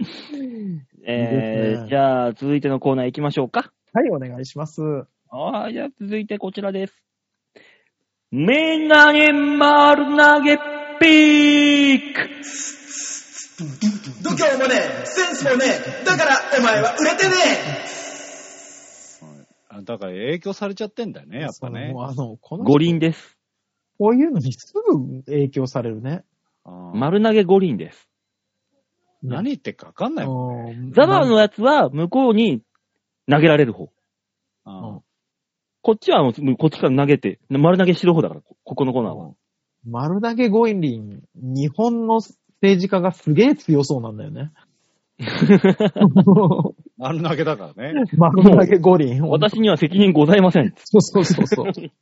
えですー、ねじゃあ、続いてのコーナー行きましょうか。はい、お願いします。ああ、じゃあ、続いてこちらです。みんなに丸投げピーク度胸もねえセンスもねえだからお前は売れてねえあだから影響されちゃってんだよね、やっぱねもう。あの、この人五輪です。こういうのにすぐ影響されるね。あー丸投げ五輪です。何言ってるかわかんないもん。うんザバーのやつは向こうに投げられる方。うんこっちはもうこっちから投げて、丸投げしてる方だから、こここのコーナーは。丸投げゴインリン、日本の政治家がすげえ強そうなんだよ ね。丸投げだからね。丸投げ五輪。私には責任ございません。そうそうそうそう。うん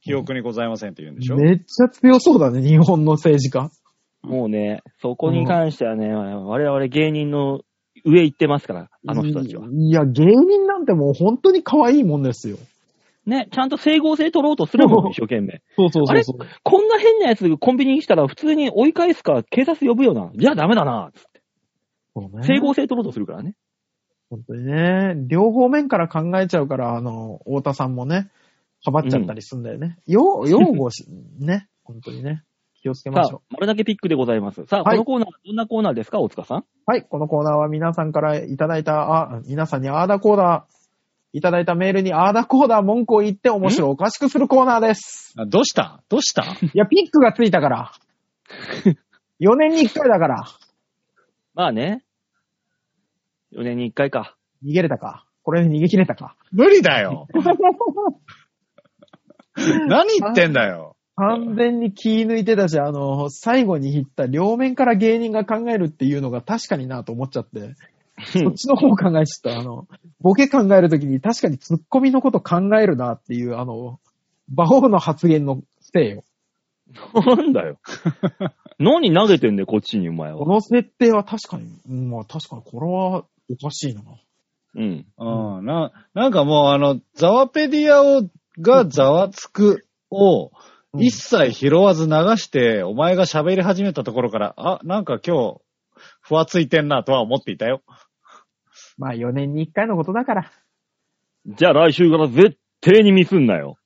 記憶にございませんって言うんでしょめっちゃ強そうだね、日本の政治家。もうね、そこに関してはね、我々芸人の上行ってますから、あの人たちは。いや、芸人なんてもう本当に可愛いもんですよ。ね、ちゃんと整合性取ろうとするもん、一生懸命。そうそうそうそう。こんな変なやつコンビニに来たら普通に追い返すか警察呼ぶよな。じゃあダメだな。そうね整合性取ろうとするからね。本当にね、両方面から考えちゃうから、あの、太田さんもね、かばっちゃったりすんだよね。よう、擁護し、ね、 本当にね、気をつけまさしあょう。、丸だけピックでございます。さあ、はこいのコーナー、どんなコーナーですか、大塚さんはい、このコーナーは皆さんからいただいた、あ、皆さんにあーだこーだ、いただいたメールにあーだこーだ文句を言って面白おかしくするコーナー です。あどうしたどうしたいや、ピックがついた から。4年に1回だから、まあね。4年に1回か。逃げれたか。これで逃げ切れたか。無理だよ。何言ってんだよ。 完全に気抜いてたし、あの、最後に言った両面から芸人が考えるっていうのが確かになと思っちゃって、そっちの方を考えちゃった。あの、ボケ考えるときに確かにツッコミのこと考えるなっていう、あの、馬王の発言のせいよ。なんだ よ。何投げてんだよ、こっちに、お前こは。の設定は確かに、うんまあ確かにこれはおかしいな。うん。うん、な、なんかもうあの、ザワペディアを、がざわつくを、うん一切拾わず流して、お前が喋り始めたところから、あ、なんか今日、ふわついてんなとは思っていたよ。まあ4年に1回のことだから。じゃあ来週から絶対にミスんなよ。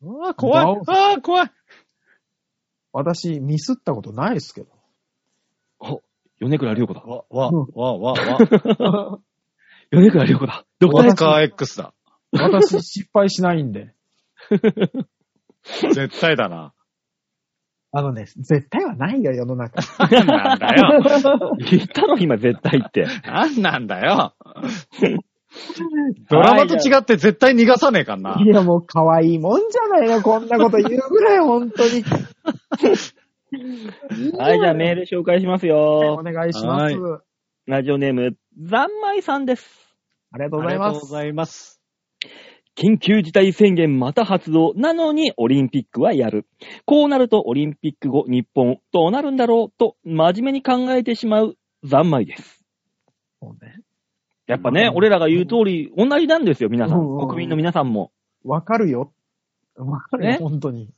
うわ、怖馬い王。あー怖い。私、ミスったことないですけど。米倉涼子 だ。わ、わ、うんわ、わ、わ。米倉涼子だ。どこドだクター X だ。私、失敗しないんで。絶対だな。 あのね、絶対はないよ、世の 中。なんなんだよ。言ったの今絶対って。なんなんだよ。ドラマと違って絶対逃がさねえかんな。いや、もう可愛いもんじゃないの、こんなこと言うぐらい、本当に。はい、じゃあメール紹介しますおよ。願いしまはすい。ラジオネーム、ざんまいさんです。ありがとうごありざいがまとうすご。ざいます。緊急事態宣言また発動。なのにオリンピックはやる。こうなるとオリンピック後日本どうなるんだろうと真面目に考えてしまう三昧です。そうねやっぱね、うん俺らが言う通り同じなんですよ、皆さうんん。うんうん国民の皆さんも。わかるよ。わかるよね、本当に。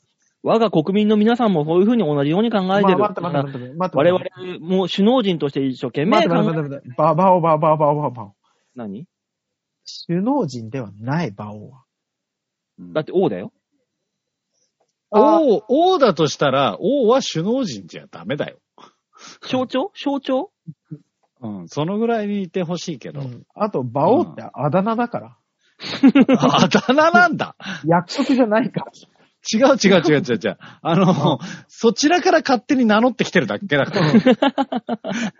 我が国民の皆さんもそういうふうに同じように考まあえてる。待って待って待って待って。我々も首脳陣として一生懸待っ命て待考ってえ待って待って。ババオババオバオバオバオ。何首脳陣ではない、バオは。だって王だよ。あー王、王だとしたら、王は首脳陣じゃダメだよ。象徴象徴うん、そのぐらいにいてほしいけうど。んあと、バオってあだ名だから。あだ名なんだ。役職じゃないから。違う違う違う違う違う。あの、そちらから勝手に名乗ってきてるだけだから。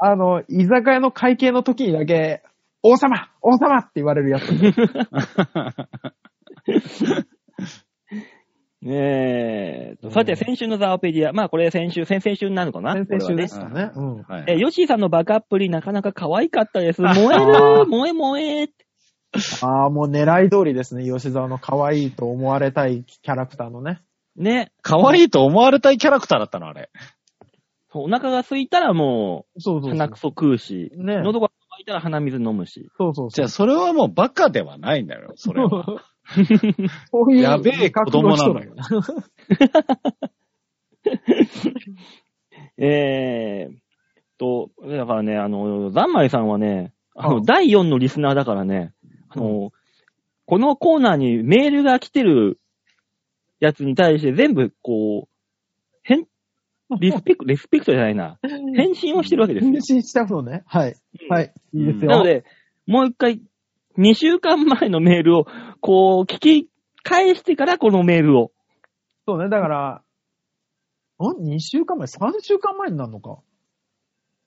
あの、居酒屋の会計の時にだけ、王様王様って言われるやつ。ねえと。さて、先週のザワペディア。まあこれ先週、先々週になるのかな先々これ週はねですかね。うん。はいえ、ヨッシーさんのバカっぷりなかなか可愛かった です。燃える燃え燃えああ、もう狙い通りですね。吉沢の可愛いと思われたいキャラクターのね。ね。可愛いと思われたいキャラクターだったの、あれ。そうお腹が空いたらもそうう、そうそ鼻うく。そ食うし、ね喉が渇いたら鼻水飲むし。そうそうじそゃう。あ、それはもうバカではないんだよ、それは。 そういうやべえ子供なのよよ。えー、と、だからね、あの、ザンマイさんはね、ああの、第4のリスナーだからね、あの、このコーナーにメールが来てるやつに対して全部、こう、変、リスペクト、リスペクトじゃないな。返信をしてるわけですよ妊。娠したのね。はい。はい。いいですうんなのよ。で、もう一回、2週間前のメールを、こう、聞き返してからこのメールを。そうね。だから、ん ?2 週間前 ?3 週間前になるのか。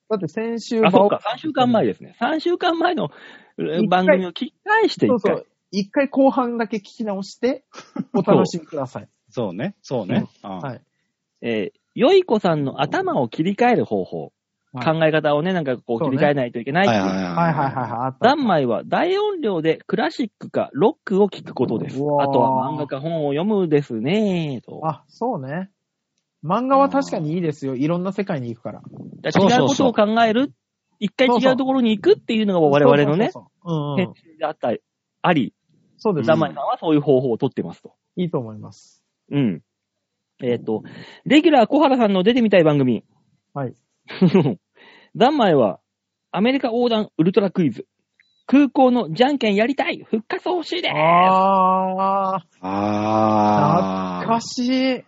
だって先週、あ、そうか、3週間前ですね。3週間前のえ一回番組を聞き返して一そ回うそう。一回後半だけ聞き直して、お楽しみください。そうね、そうね。うんはい。えー、よい子さんの頭を切り替える方法、はい考え方をね、なんかこうそう切りね替えないといけないってはいいうはいはい。はいはいはいはい。あった。三枚は大音量でクラシックかロックを聞くことです。あとうわーは漫画か本を読むですねと。あ、そうね。漫画は確かにいいですよ。いろんな世界に行くから。だそう違そううこそうとを考える、一回そうそう違うところに行くっていうのが我々のね、そうそうそうそう。うん、う編ん。集であったり、あり、そうです。三枚さんはそういう方法を取ってますと。いいと思います。うん。えっ、と、レギュラー小原さんの出てみたい番組。はい。 三枚は、アメリカ横断ウルトラクイズ。空港のじゃんけんやりたい復活欲しいですあー、あ懐かしい。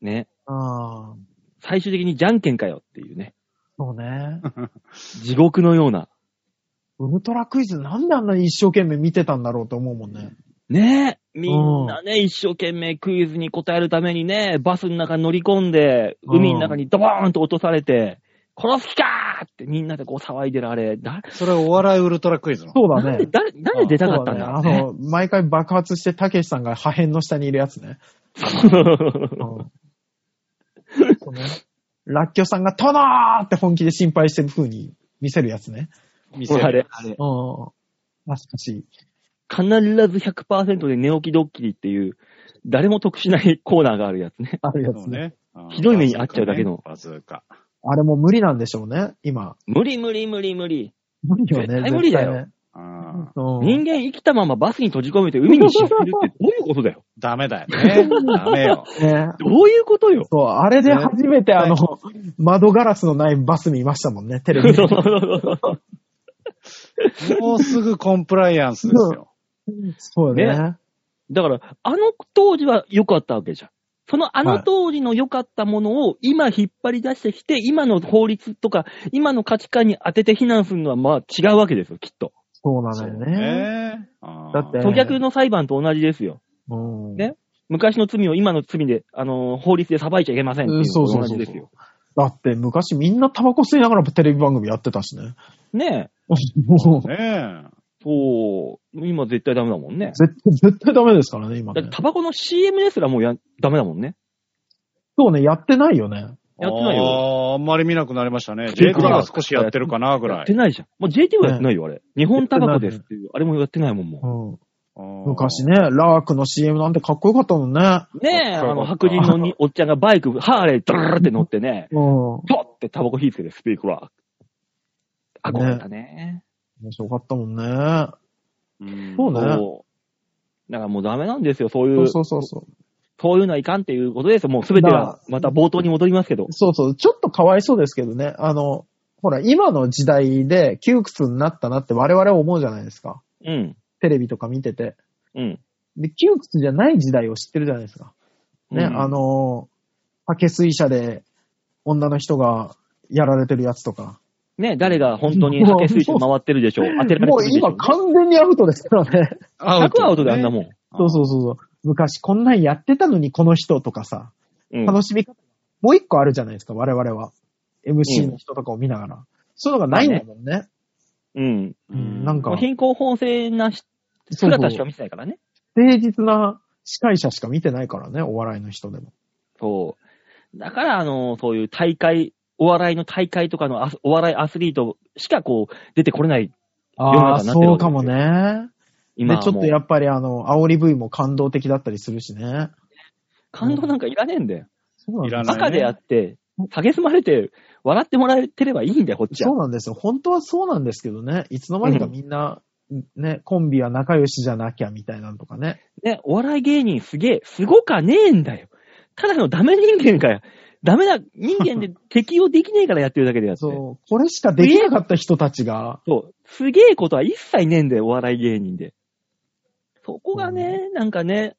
ね。あー、最終的にじゃんけんかよっていうね。そうね。地獄のような。ウルトラクイズなんであんなに一生懸命見てたんだろうと思うもんね。ねえ。みんなね、一生懸命クイズに答えるためにね、バスの中に乗り込んで、うん海の中にドボーンと落とされて、殺す気かーってみんなでこう騒いでるあれ。だそれお笑いウルトラクイズの。そうなんで、誰、誰出たかったんだろうね。そうだねあの、毎回爆発して、たけしさんが破片の下にいるやつね。 うん。そうね。ラッキョさんが、殿ーって本気で心配してる風に見せるやつね。見こせれるあれ、うん。懐かしい。必ず100%で寝起きドッキリっていう、誰も得しないコーナーがあるやつね。あるやそつうね。ね。うんひどい目に遭っちゃうだけのバズーカ。あれもう無理なんでしょうね、今。無理無理無理無理。無理よね。絶対無理だよ絶う対ねん。うん。人間生きたままバスに閉じ込めて海に沈めるってどういうことだよ。ダメだよね。ダメよ。ね。どういうことよ。そう、あれで初めてあのね、窓ガラスのないバス見ましたもんね、テレビで。もうすぐコンプライアンスですよ。そうね。ね だから、あの当時は良かったわけじゃん。そのあの当時の良かったものを今引っ張り出してきて、今の法律とか、今の価値観に当てて非難するのはまあ違うわけですよ、きっと。そうなのよね。ねうんだって顧客の裁判と同じですよ。うん。ね昔の罪を今の罪で、あのー法律で裁いちゃいけませんっていうのそうとそう同そじうですよ。だって昔みんなタバコ吸いながらテレビ番組やってた しね。ねえ。もう、ねそう。今絶対ダメだもんね。絶対、絶対ダメですからね、今だっねて。タバコの CM ですらもうやダメだもんね。そうね、やってないよね。え。やってないよ。あーあんまり見なくなりましたね。 JT JT は少しやってるかなぐやらってい。ないじゃん。もう JT はやってないよ、あれ。日本タバコですっていう、あれもやってないもん、もう。ううん。ん昔ね、ラークの CM なんてかっこよかったもんね。ねえ、かっこよかったあの、白人のにおっちゃんがバイク、ハーレー、ドゥルルルって乗ってね、うん。面ポッってタバコ火つけてスピークラー。憧れたね。白かったもんね。うんそうねそう。だからもうダメなんですよ、そういそうう。そうそうそう。そういうのはいかんっていうことですよ。もうすべてだかがら、また冒頭に戻りますけど。そうそう、ちょっとかわいそうですけどね。あの、ほら、今の時代で窮屈になったなって我々は思うじゃないですか。うん。テレビとか見てて。うん。で、窮屈じゃない時代を知ってるじゃないですか。ね、うんあのー、竹水車で女の人がやられてるやつとか。ねえ、誰が本当に竹水車回ってるでしょう。当てられもてうるでしょ今完全にアウトですからね。 100アウト であんなもん。そうそうそうそう。昔こんなんやってたのにこの人とかさ、うん。楽しみ方。もう一個あるじゃないですか、我々は。MC の人とかを見ながら。そういうのがないんだもんね。うん。うんなんかもう貧困法制なしそうそう姿しか見せないからね。誠実な司会者しか見てないからね、お笑いの人でも。そう。だから、あの、そういう大会、お笑いの大会とかのアスお笑いアスリートしかこう、出てこれない。あ世のあ、中になってるそわうけですかよもね。で、今はちょもっうとやっぱりあの、煽り V も感動的だったりするしね。感動なんかいらねえんだよ。そうなんいですらよないバカでやって、蔑まれて、笑ってもらえてればいいんだよ、こっちそうは。なんですよ。本当はそうなんですけどね。いつの間にかみんな、ね、コンビは仲良しじゃなきゃみたいなのとかね。ね、お笑い芸人すげえ、すごかねえんだよ。ただのダメ人間かよ。ダメな人間で適応できねえからやってるだけでやって。そう。そう。これしかできなかった人たちが、すげえことは一切ねえんだよ、お笑い芸人で。そこがね、なんかね、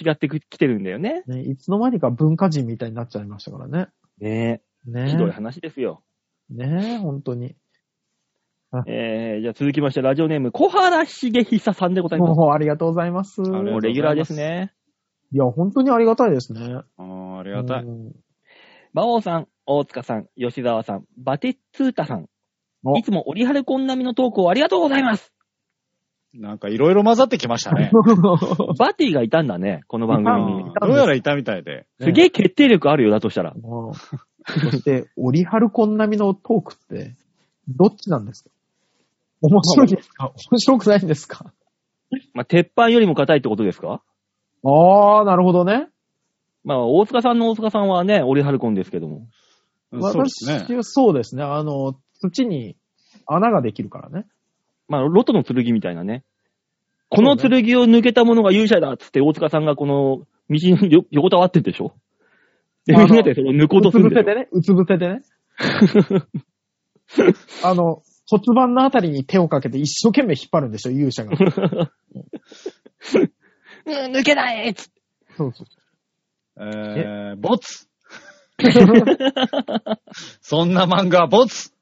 違ってきてるんだよね。ね、いつの間にか文化人みたいになっちゃいましたからね。ねえ。ひどいね話ですよ。ね本当に。えー、じゃあ続きまして、ラジオネーム、小原茂久さんでございもうます。もうありがとうございます。ありもがとうございますうレギュラーですね。いや、本当にありがたいですね。うんあり あがたい。馬王さん、大塚さん、吉沢さん、バテツータさんお。いつもオリハルコン並みの投稿ありがとうございます。なんかいろいろ混ざってきましたね。バティがいたんだね、この番組にい。たどうやらいたみたいで。すげえ決定力あるよ、だとしたら。もうそして、オリハルコン並みのトークって、どっちなんですか面白いですか面白くないんですかまあ、鉄板よりも硬いってことですかああ、なるほどね。まあ、大塚さんの大塚さんはね、オリハルコンですけども。うんそうですね。私はそうですね。あの、土に穴ができるからね。まあ、ロトの剣みたいなね。この剣を抜けた者が勇者だっつって大塚さんがこの道によ横たわってんでしょで、あのみんなでそれを抜こうとするんうつで伏しせょでね。うつ伏せでね。 あの、骨盤のあたりに手をかけて一生懸命引っ張るんでしょ、勇者が。うん 抜けないっつってそうそう。 えー、ボツそんな漫画、ボツ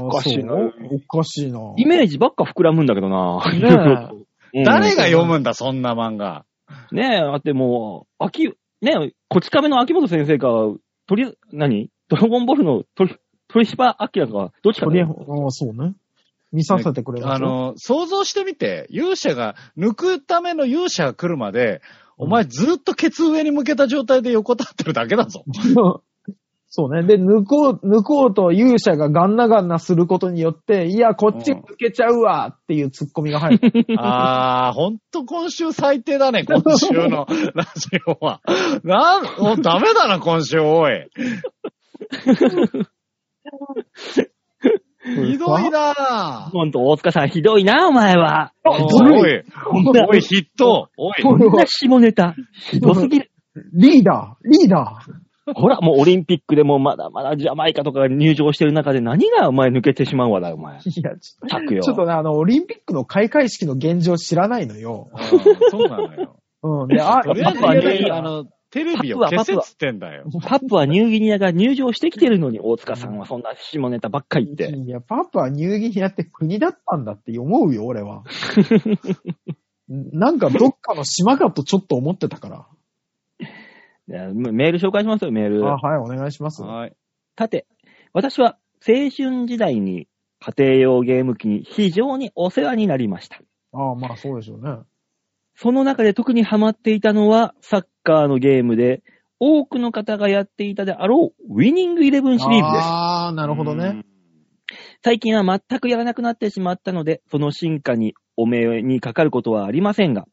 おかしいなおかしいな。イメージばっか膨らむんだけどなね うん誰が読むんだ、そんな漫画。ねえ、だってもう、秋、ねえ、こち亀の秋元先生か、鳥、何ドラゴンボールの鳥、鳥芝明か、どっちかとりあえねず、。ああ、そうね。見させてくれますあの、想像してみて、勇者が、抜くための勇者が来るまで、お前ずっとケツ上に向けた状態で横たわってるだけだぞ。 そうね。で、抜こう、抜こうと勇者がガンナガンナすることによって、いや、こっち抜けちゃうわっていうツッコミが入る。あー、ほんと今週最低だね、今週のラジオは。なん、もうダメだな、今週、おい。ひどいなぁ。ほんと、大塚さん、ひどいな、お前は。おい、おい、おい、筆頭、おい。こんな下ネタ、ひどすぎる。リーダー、リーダー。ほら、もうオリンピックでもまだまだジャマイカとかが入場してる中で何がお前抜けてしまうわだよ、お前。いや、 ちょたくよ。ちょっとね、あの、オリンピックの開会式の現状知らないのよ。あーそうなのよ。うん。で、あ、とりあえずパプアニューギ言ニうアあの、テレビを消せっつってんだよ。パップはニューギニアが入場してきてるのに、大塚さんはそんな下ネタばっか言って。いや、パパはニューギニアって国だったんだって思うよ、俺は。なんかどっかの島かとちょっと思ってたかいやメール紹介しますよ、メールら。。あはい、お願いします。はい。さて、私は青春時代に家庭用ゲーム機に非常にお世話になりました。ああ、まあそうでしょうね。その中で特にハマっていたのはサッカーのゲームで、多くの方がやっていたであろう、ウィニングイレブンシリーズです。ああ、なるほどね。最近は全くやらなくなってしまったので、その進化にお目にかかることはありませんが、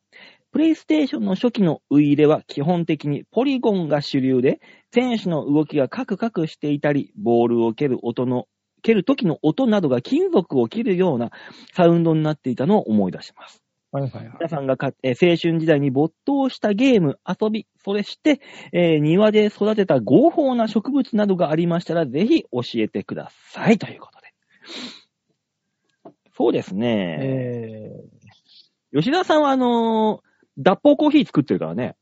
プレイステーションの初期のウイイレは基本的にポリゴンが主流で、選手の動きがカクカクしていたり、ボールを蹴る音の、蹴る時の音などが金属を切るようなサウンドになっていたのを思い出します。はいはいはい。皆さんがか、えー青春時代に没頭したゲーム、遊び、それして、えー庭で育てた合法な植物などがありましたら、ぜひ教えてください。ということで。そうですね。え吉田さんは、あのー脱法コーヒー作ってるからね。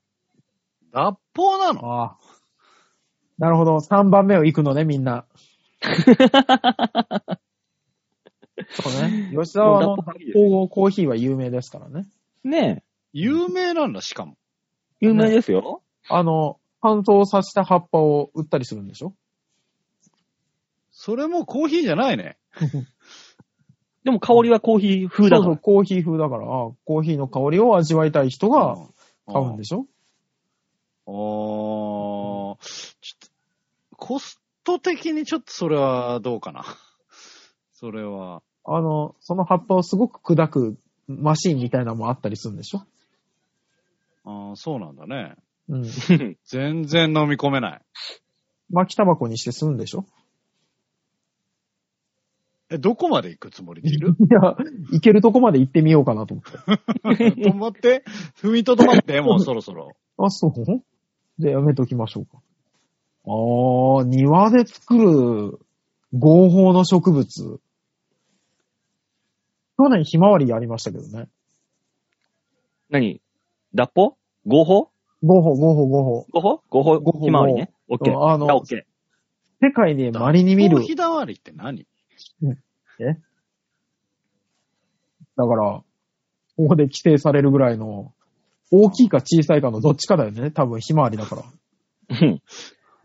脱法なー、のああ。なるほど。3番目を行くのね、みん な。そうね。吉沢の脱法コーヒーです黄金コーヒーは有名ですからね。ね有名なんだ、しかも。え。有名ですよ。あの、乾燥させた葉っぱを売ったりするんでしょそれもコーヒーじゃないね。でも香りはコーヒー風だかそうそら。う、コーヒー風だから、ああコーヒーの香りを味わいたい人が買うんでししょょ。あーちょっと、コスト的にちょっとそれはどうかな。 それは。あの、その葉っぱをすごく砕くマシーンみたいなのもあったりするんでしょあーそうなんだね。 うん。全然飲み込めない。巻きタバコにして吸うんでしょえ、どこまで行くつもりでい る いや、行けるとこまで行ってみようかなと思って。止まって踏みとどま って、もうそろそろ。あ、そうじゃあやめときましょうか。あー、庭で作る合法の植物。去年ひまわりやりましたけどね。何脱法合法合法、合法、合法。合法合法合法ひまわりね。オッケー。うんあのあオッケー。世界でまれに見コるー。ヒーだわりって何だから、ここで規制されるぐらいの、大きいか小さいかのどっちかだよね。多分ひまわりだから。うん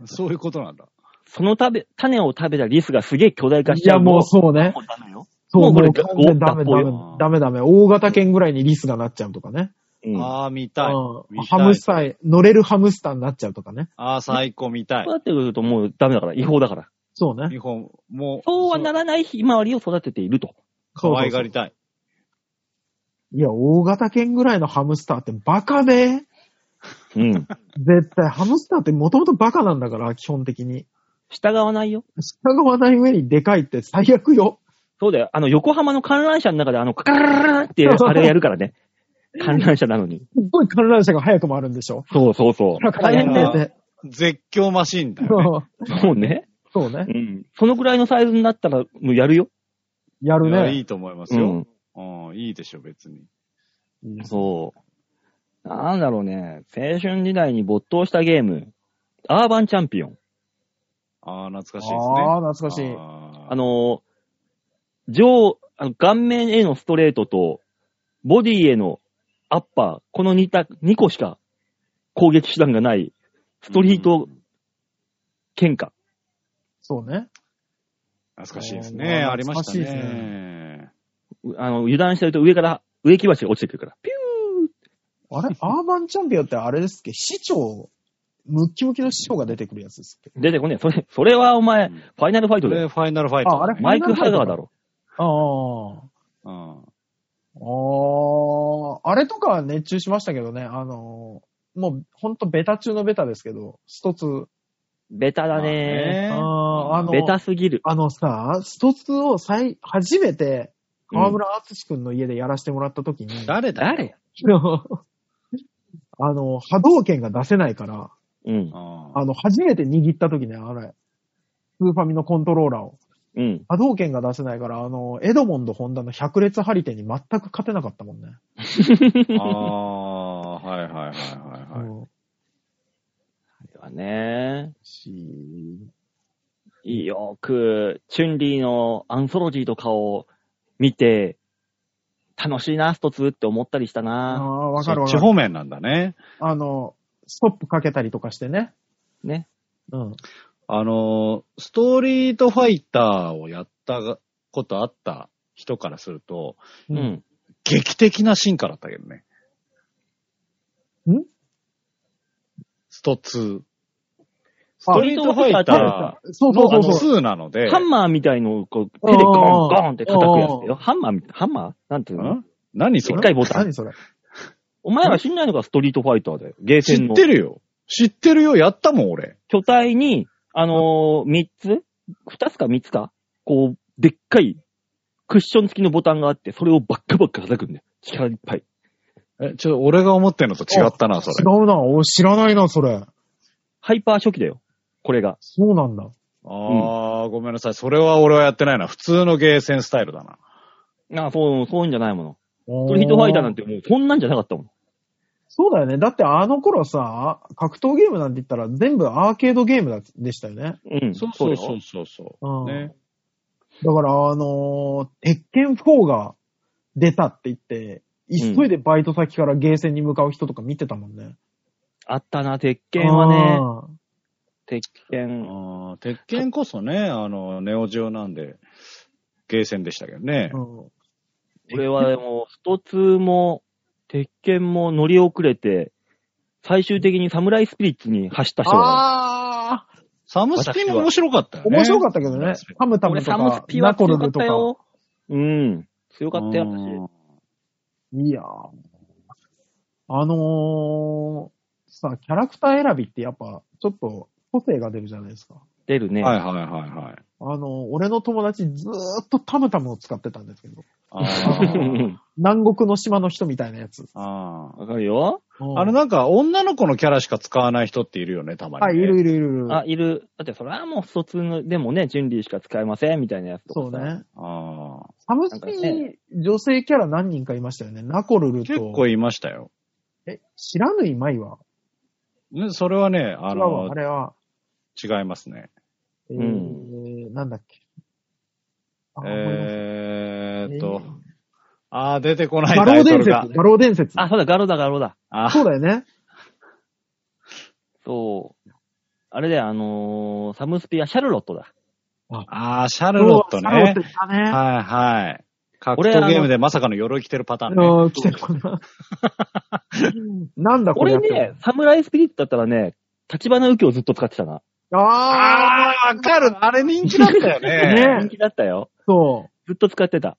そういうことなんだ。その食べ、種を食べたリスがすげえ巨大化しいちゃや、う。もうそうね。もうダメよ。そう、もうこれもう完全にダ学メダメ校よダメダメ。大型犬ぐらいにリスがなっちゃうとかね。うん。だああ、見たい。うん。見ハたいムスター、乗れるハムスターになっちゃうとかね。ああ、最高見たいそう。やってくるともうダメだから、違法だから。そうね。日本、もう、そうはならないひまわりを育てていると。可愛がりたい。いや、大型犬ぐらいのハムスターってバカね。うん。絶対、ハムスターってもともとバカなんだから、基本的に。 従わないよ。従わない上にでかいって最悪よ。そうだよ。あの、横浜の観覧車の中であの、カカララララって、あれをやるからね。観覧車なのに。すっごい観覧車が早く回るんでしょ。そうそう そ大変だよね。絶叫マシーンだよ、ね。そうう。そうね。そううね。ん。そのぐらいのサイズになったら、もうやるよ。やるいやいね。いと思いますうよ。ん。うん、いいでしょ、別に。そう。なんだろうね。青春時代に没頭したゲーム。アーバンチャンピオン。ああ、懐かしいですね。ああ、懐かしい。ああの、のー、上、あの顔面へのストレートと、ボディへのアッパー、この 2, た2個しか攻撃手段がない、ストリート喧嘩。そうね。懐かしいですね。あーありました懐かしいですね。うあの、油断してると上から、植木鉢が落ちてくるから。ピあれ アーバンチャンピオンってあれですっけ市長、ムッキムキの市長が出てくるやつですっけュー出てこねえ。それ、それはお前、うんファイナルファイこトだれ、よ。ファイナルファイト、ね。ああれマイク・ハガーだろ。あうあ。ん。ああ、あれとかは熱中しましたけどね。あのーもうほんとベタ中のベタですけど、ストツー。ベタだねまあねあああの、ベタすぎる。あのさ、ストツーを最、初めて、河村敦史くんの家でやらせてもらった時に、誰だ誰あの、波動拳が出せないから、うん。あの、初めて握った時ね、あれ、スーファミのコントローラーを。うん。波動拳が出せないから、あの、エドモンド・ホンダの百列張り手に全く勝てなかったもんね。うんああ、はいはいはいはいはい。うんではねしよく、チュンリーのアンソロジーとかを見て、楽しいな、ストツーって思ったりしたあな。あ、わかるそわっちかる。方面なんだね。あの、ストップかけたりとかしてね。ね。うん。あの、ストーリートファイターをやったことあった人からすると、う。ん。劇的な進化だったけどね。んスト2。スあトリートファイターのそうそうそうそう。 2なので、ハンマーみたいのをこう手でゴンゴンって叩くやつだよ。ハンマーみ、ハンマーなんていうのん何そ一れ回ボタン。何それお前ら知んないのがストリートファイターだよ。ゲーセ知ンっの。てるよ。知ってるよ。やったもん、俺。巨体に、あのー、3つ ?2 つか3つかこう、でっかいクッション付きのボタンがあって、それをバッカバッカ叩くんだよ。力いっぱい。え、ちょ、俺が思ってんのと違ったな、それ。違うな。お知らないな、それ。ハイパー初期だよ。これが。そうなんだ。あー、ごめんなさい。それは俺はやってないな。普通のゲーセンスタイルだな。ああ、そう、そういうんじゃないもの。スストリートファイターなんて。てもうそんなんじゃなかったもん。そうだよね。だってあの頃さ、格闘ゲームなんて言ったら全部アーケードゲームだでしたよね。うん。そうそうそううそうそうう。ん。ね。だから、あのー鉄拳4が出たって言って、急いでバイト先からゲーセンに向かう人とか見てたもんね。あったな、鉄拳はね。鉄あ拳。ー鉄拳こそね、あの、ネオジオなんで、ゲーセンでしたけどねあー。うん。俺はもう、スト2も、鉄拳も乗り遅れて、最終的にサムライスピリッツに走った人が、あーサムスピも面白かったよね。面白かったけどね。ハムタム俺とサムスか、ピはナコ強ルかっルとたか。よ。うん。強かったよ、私。いやーあのー、さ、キャラクター選びってやっぱ、ちょっと個性が出るじゃないですか。出るね。はいはいはいはい。あのー、俺の友達ずーっとタムタムを使ってたんですけど、あ ーわ南国の島の人みたいなやつ。あーかるよ。あれなんか、女の子のキャラしか使わない人っているよね、たまに、ね。はい、いるいるいるいる。あ、いる。だってそれはもうスト2の、でもね、準備しか使えません、みたいなやつとかそさう。ね。あーサムスなんピかね女性キャラ何人かいましたよね。ナコルルと。結構いましたよ。え、知らぬいまいはね、それはね、違あうわ、のあ、れは。違いますね。えーうなんだっけ。あえーっ思とい出、あー、出てこないガタロイート伝ル説、がガ。ロー伝説。あ、そうだ、ガロだ、ガロだ。あそうだよね。そう。ああれだよ、あのーサムスピはシャルロットだ。あー、シャルロットシャルロねッ。ト来たね。はいはい。格俺あ闘のゲームでまさかの鎧着てるパターンね。あー来てるかな。なんだこれ俺。ね、サムライスピリットだったらね、立花右京をずっと使ってたな。ああ、あー、わかる。あれ人気だったよね。 ね人気だったよ。そずっと使ってた。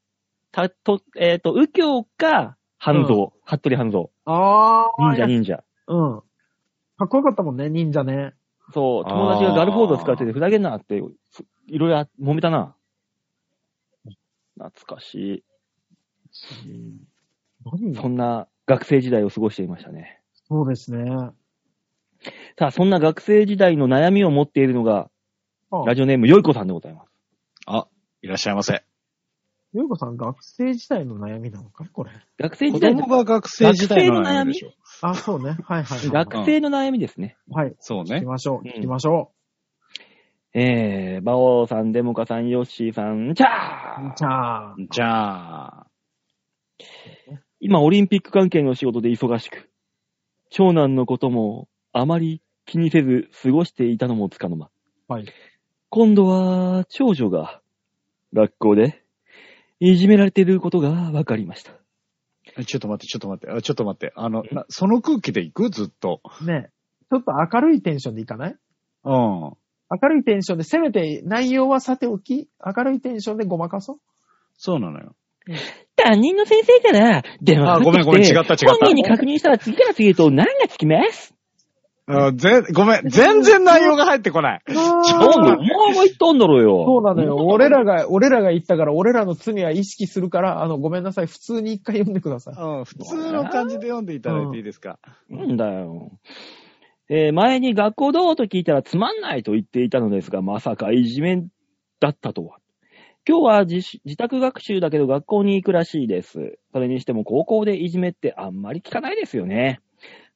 たと、えっ、と、右京か、半蔵、服部半蔵。う。ああ、忍者忍者。うん。かっこよかったもんね、忍者ね。そう、あー友達がガルフォード使っててふざけんなって、そいろいろあ揉めたな。懐かし何い。そんな学生時代を過ごしていましたね。そうですね。さあ、そんな学生時代の悩みを持っているのが、あラジオネームよいこさんでございます。いらっしゃいませ。ゆうこさん、学生時代の悩みなのかこれ。学生子時代供の、が学生時代の悩みでしょ。あ、そうね。はいはい、はい。学生の悩みですね。はい。そう行ねき。ましょう。うん行きましょえー、馬王さん、デモカさん、ヨッシーさん、チャう。ーじゃあ、じゃあ、今、オリンピック関係の仕事で忙しく、長男のこともあまり気にせず過ごしていたのもつかの間。はい。今度は、長女が、学校で、いじめられていることが分かりました。ちょっと待って、ちょっと待って、あちょっと待って、あの、なその空気で行くずっと。ね。ちょっと明るいテンションでいかないうん。明るいテンションで、せめて内容はさておき、明るいテンションでごまかそう。そうなのよ。担任の先生から電話がかかってきてあごめんごめん違った違った本人に確認したら次から次へと何がつきますうん、ぜ、ごめん、全然内容が入ってこない。おう前が言ったんだろうよ。そうなのよ。俺らが、俺らが言ったから、俺らの罪は意識するから、あの、ごめんなさい。普通に一回読んでください。うん、普通の感じで読んでいただいていいですか。なんだよ。えー前に学校どうと聞いたらつまんないと言っていたのですが、まさかいじめだったとは。今日は自主自宅学習だけど学校に行くらしいです。それにしても高校でいじめってあんまり聞かないですよね。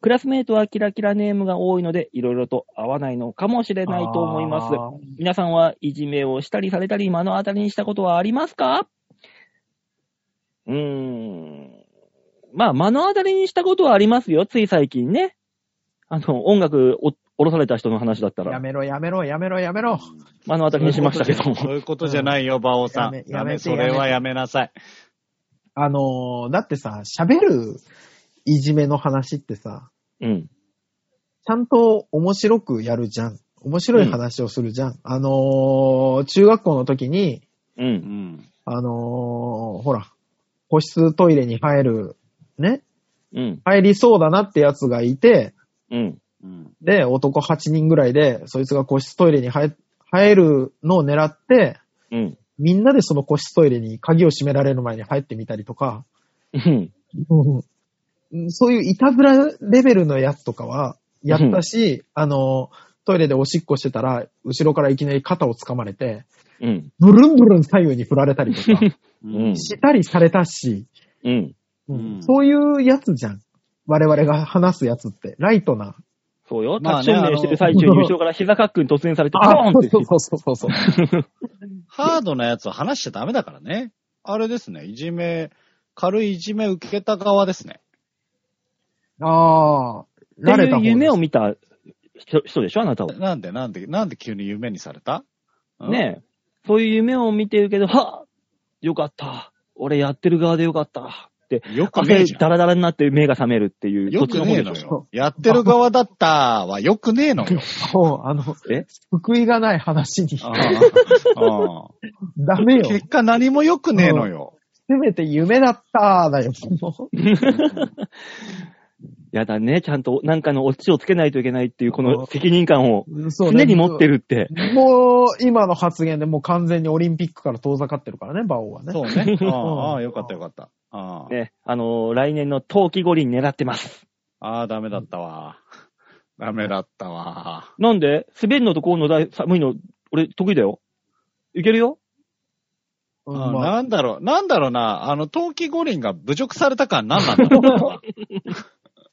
クラスメイトはキラキラネームが多いので、いろいろと合わないのかもしれないと思います。す。皆さんはいじめをしたりされたり目の当たりにしたことはありますかうーん。まあ、目の当たりにしたことはありますよ。つい最近ね。あの、音楽お、おろされた人の話だったやら、めろ、やめろ、やめろ、やめろ。目の当たりにしましたけどそうも。いうことじゃないよ、馬王さやん。めやダめメ、てそれはややめなさい。あのー、だってさ、喋るいじめの話ってさ、うん。ちゃんと面白くやるじゃん。面白い話をするじゃん。あのー、中学校の時に、 う。うんん。あのー、ほら、個室トイレに入る、ね、うん。入りそうだなってやつがいて、うん。うん。で、男8人ぐらいで、そいつが個室トイレに入入るのを狙って、うん。みんなでその個室トイレに鍵を閉められる前に入ってみたりとか、うん。うんそういういたずらレベルのやつとかは、やったし、あの、トイレでおしっこしてたら、後ろからいきなり肩を掴まれて、うん。ブルンブルン左右に振られたりと か、うんしたりされたし、うん。うんそういうやつじゃん。我々が話すやつって、ライトな。そうよ。まタあッねチ証明してる最中あにの後ろから膝カックに突然されて、ドーンって。そうそうそうそう。ハードなやつは話しちゃダメだからね。あれですね、いじめ、軽いいじめ受けた側ですね。ああ、っ慣てれいた方うです夢を見た人人でしょあなたは。なんで、なんで、なんで急に夢にされたうんねえ。そういう夢を見てるけど、はっよかった。俺やってる側でよかった。って、よくねえ汗じゃんダラダラになって目が覚めるっていう、よそくっちねえ方のでしょよ。やってる側だったはよくねえの よ。そう、あの、え救いがない話に。うんダメうんよ。結果何もよくねえのよ。せめて夢だったーだよ。もうやだね。ちゃんとなんかのオチをつけないといけないっていう、この責任感をそう常ねに持ってるって。もう、今の発言でもう完全にオリンピックから遠ざかってるからね、バオはね。そうね。うんんああ、よかったよかった。あーね。あのー来年の冬季五輪狙ってます。あー、ダメだったわ。ダメだったわ。なんで滑るのとこうの大寒いの、俺得意だよ。いけるよううんんまあなんだろう、なんだろうな、あの、冬季五輪が侮辱された感なんなんだろ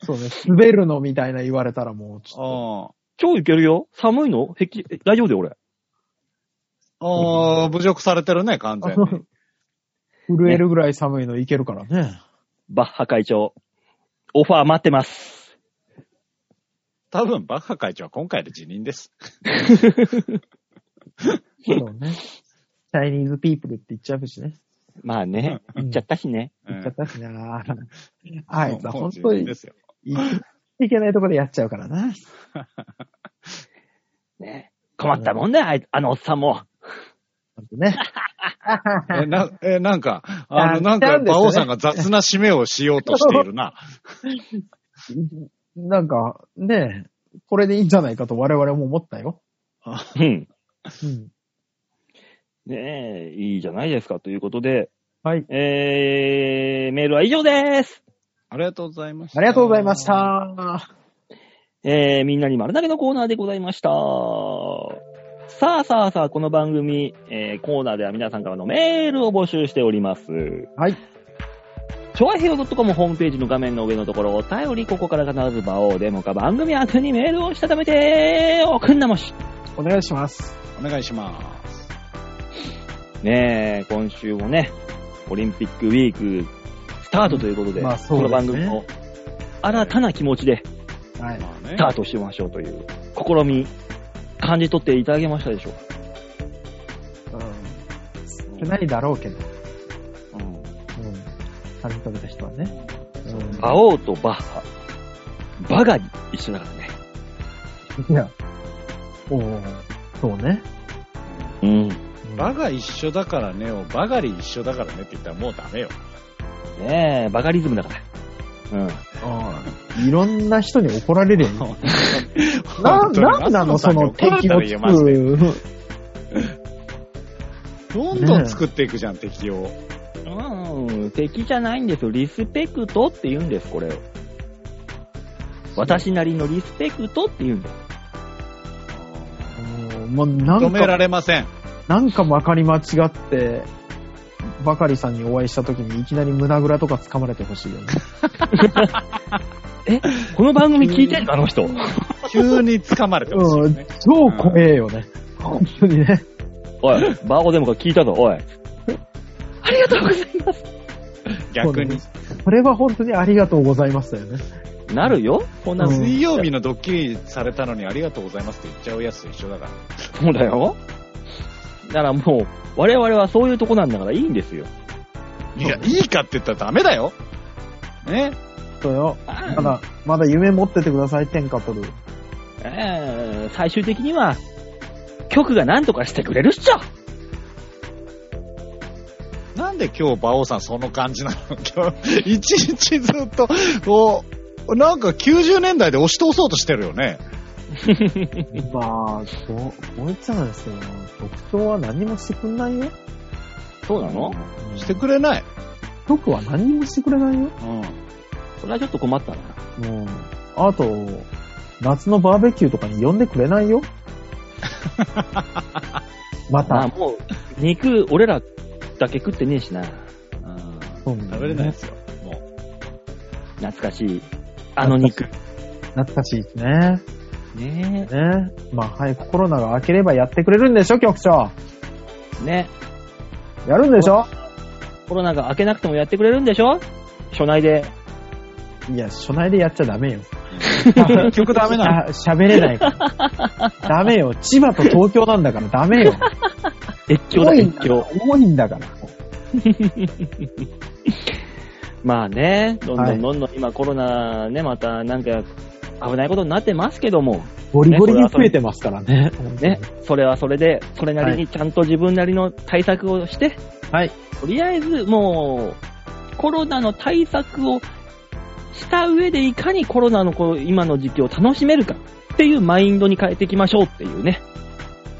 そうね、滑るのみたいな言われたらもう、ちょっう。超いけるよ寒いの平気え大丈夫だよ、俺。うん。あー侮辱されてるね、完全に。と、 震えるぐらい寒いのいけるからね。バッハ会長。オファー待ってます。多分バッハ会長は今回で辞任です。そうね。チャイニーズピープルって言っちゃうしね。まあね、言っちゃったしね。うん言っちゃったしな。あいつはもうもう本辞当任にですよ。いけないところでやっちゃうからな。ね困ったもんだよ、あいあのおっさんも。ほんとね。え、 な、え、なんか、あの、あなん来か、たんです馬ね王さんが雑な締めをしようとしている な。なんか、ねえ、これでいいんじゃないかと我々も思ったよ。うん。うん。ねえ、いいじゃないですか、ということで。はい。えー、メールは以上です。ありがとうございました。ありがとうございまし。た。えー、みんなに丸投げのコーナーでございました。さあさあさあ、この番組、えー、コーナーでは皆さんからのメールを募集しております。はい。超和平洋 .com ホームページの画面の上のところお便り、ここから必ず馬王でもか番組宛てにメールをしたためて、おくんなもし。お願いします。お願いします。ねえ、今週もね、オリンピックウィークスタートということで、まあそうこの番ですね組も新たな気持ちではい。まあねスタートしてみましょうという試み、感じ取っていただけましたでしょうかうん。少ないだろうけど。うんうん。感じ取れた人はね。うん。馬王とバッハ、バガに一緒だからね。いや。おお。そうね。うん。ねうんバが一緒だからねを、バがり一緒だからねって言ったらもうダメよ。え、バガリズムだから。うん。うんいろん な人に怒られるよ。な、本当になんなの松野さんそにの怒られ敵たらを言えます作ねる。どんどん作っていくじゃん、敵を。うん、敵じゃないんですよ。リスペクトって言うんです、これを。私なりのリスペクトって言うんです。うんもうな止んめらか、れません。なんかまかり間違って、バカリさんにお会いした時にいきなり胸ぐらとか掴まれてほしいよね。この番組聞いてんのあの人。急に掴まれ てほしいようんね。、超怖えよね。本当にね。おい、バオでもか聞いたぞ、おい。ありがとうございます。逆に。それは本当にありがとうございましたよね。なるよ、こんなの。うん水曜日のドッキリされたのにありがとうございますって言っちゃうやつと一緒だから。そうだよ。だからもう、我々はそういうとこなんだからいいんですよ。いや、いいかって言ったらダメだよ。ね。そうよ。まだ、まだ夢持っててください、天下取る。えー最終的には、局が何とかしてくれるっしょなんで今日、馬王さんその感じなの今 日、一日ずっと、こう、なんか90年代で押し通そうとしてるよね。 まあ、ここう言っちゃなんですけど、特徴は何もしてくんないよ。そうなのしてくれない。局は何にもしてくれないよ。うん。それはちょっと困ったな。うん。あと、夏のバーベキューとかに呼んでくれないよ。ままあた。もう、肉、俺らだけ食ってねえしな。そうなんだ食べよねれないですよ。も懐かしい。あの肉。懐かしいですね。ねね。まあ、はい、コロナが明ければやってくれるんでしょ、局長。え。ねやるんでしょコロナが明けなくてもやってくれるんでしょ署内で。いや、初内でやっちゃダメよ。う。結局ダメなの。あ喋れないから。ダメよ。千葉と東京なんだからダメよ。越境だ、多い越んだ境。多いんだから。まあね、どんどはんいどんどん今コロナね、またなんか危ないことになってますけども、ゴリゴリに増えてますからね。ね、それはそれで、それなりはにちゃんと自分なりの対策をして、はい。とりあえずもう、コロナの対策をした上でいかにコロナのこう今の時期を楽しめるかっていうマインドに変えていきましょうっていうね、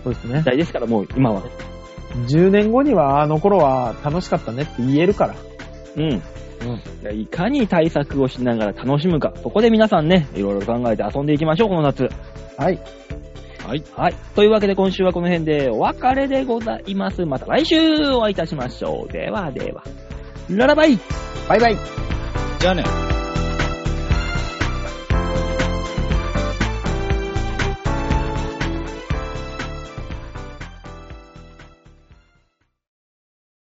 そうですね時。代ですからもう今は。 10年後にはあの頃は楽しかったねって言えるから。うん。いかに対策をしながら楽しむか、そこで皆さんね、いろいろ考えて遊んでいきましょう、この夏。はい。はい。はい。というわけで今週はこの辺でお別れでございます。また来週お会いいたしましょう。ではでは。ララバイバイバイ。じゃあね。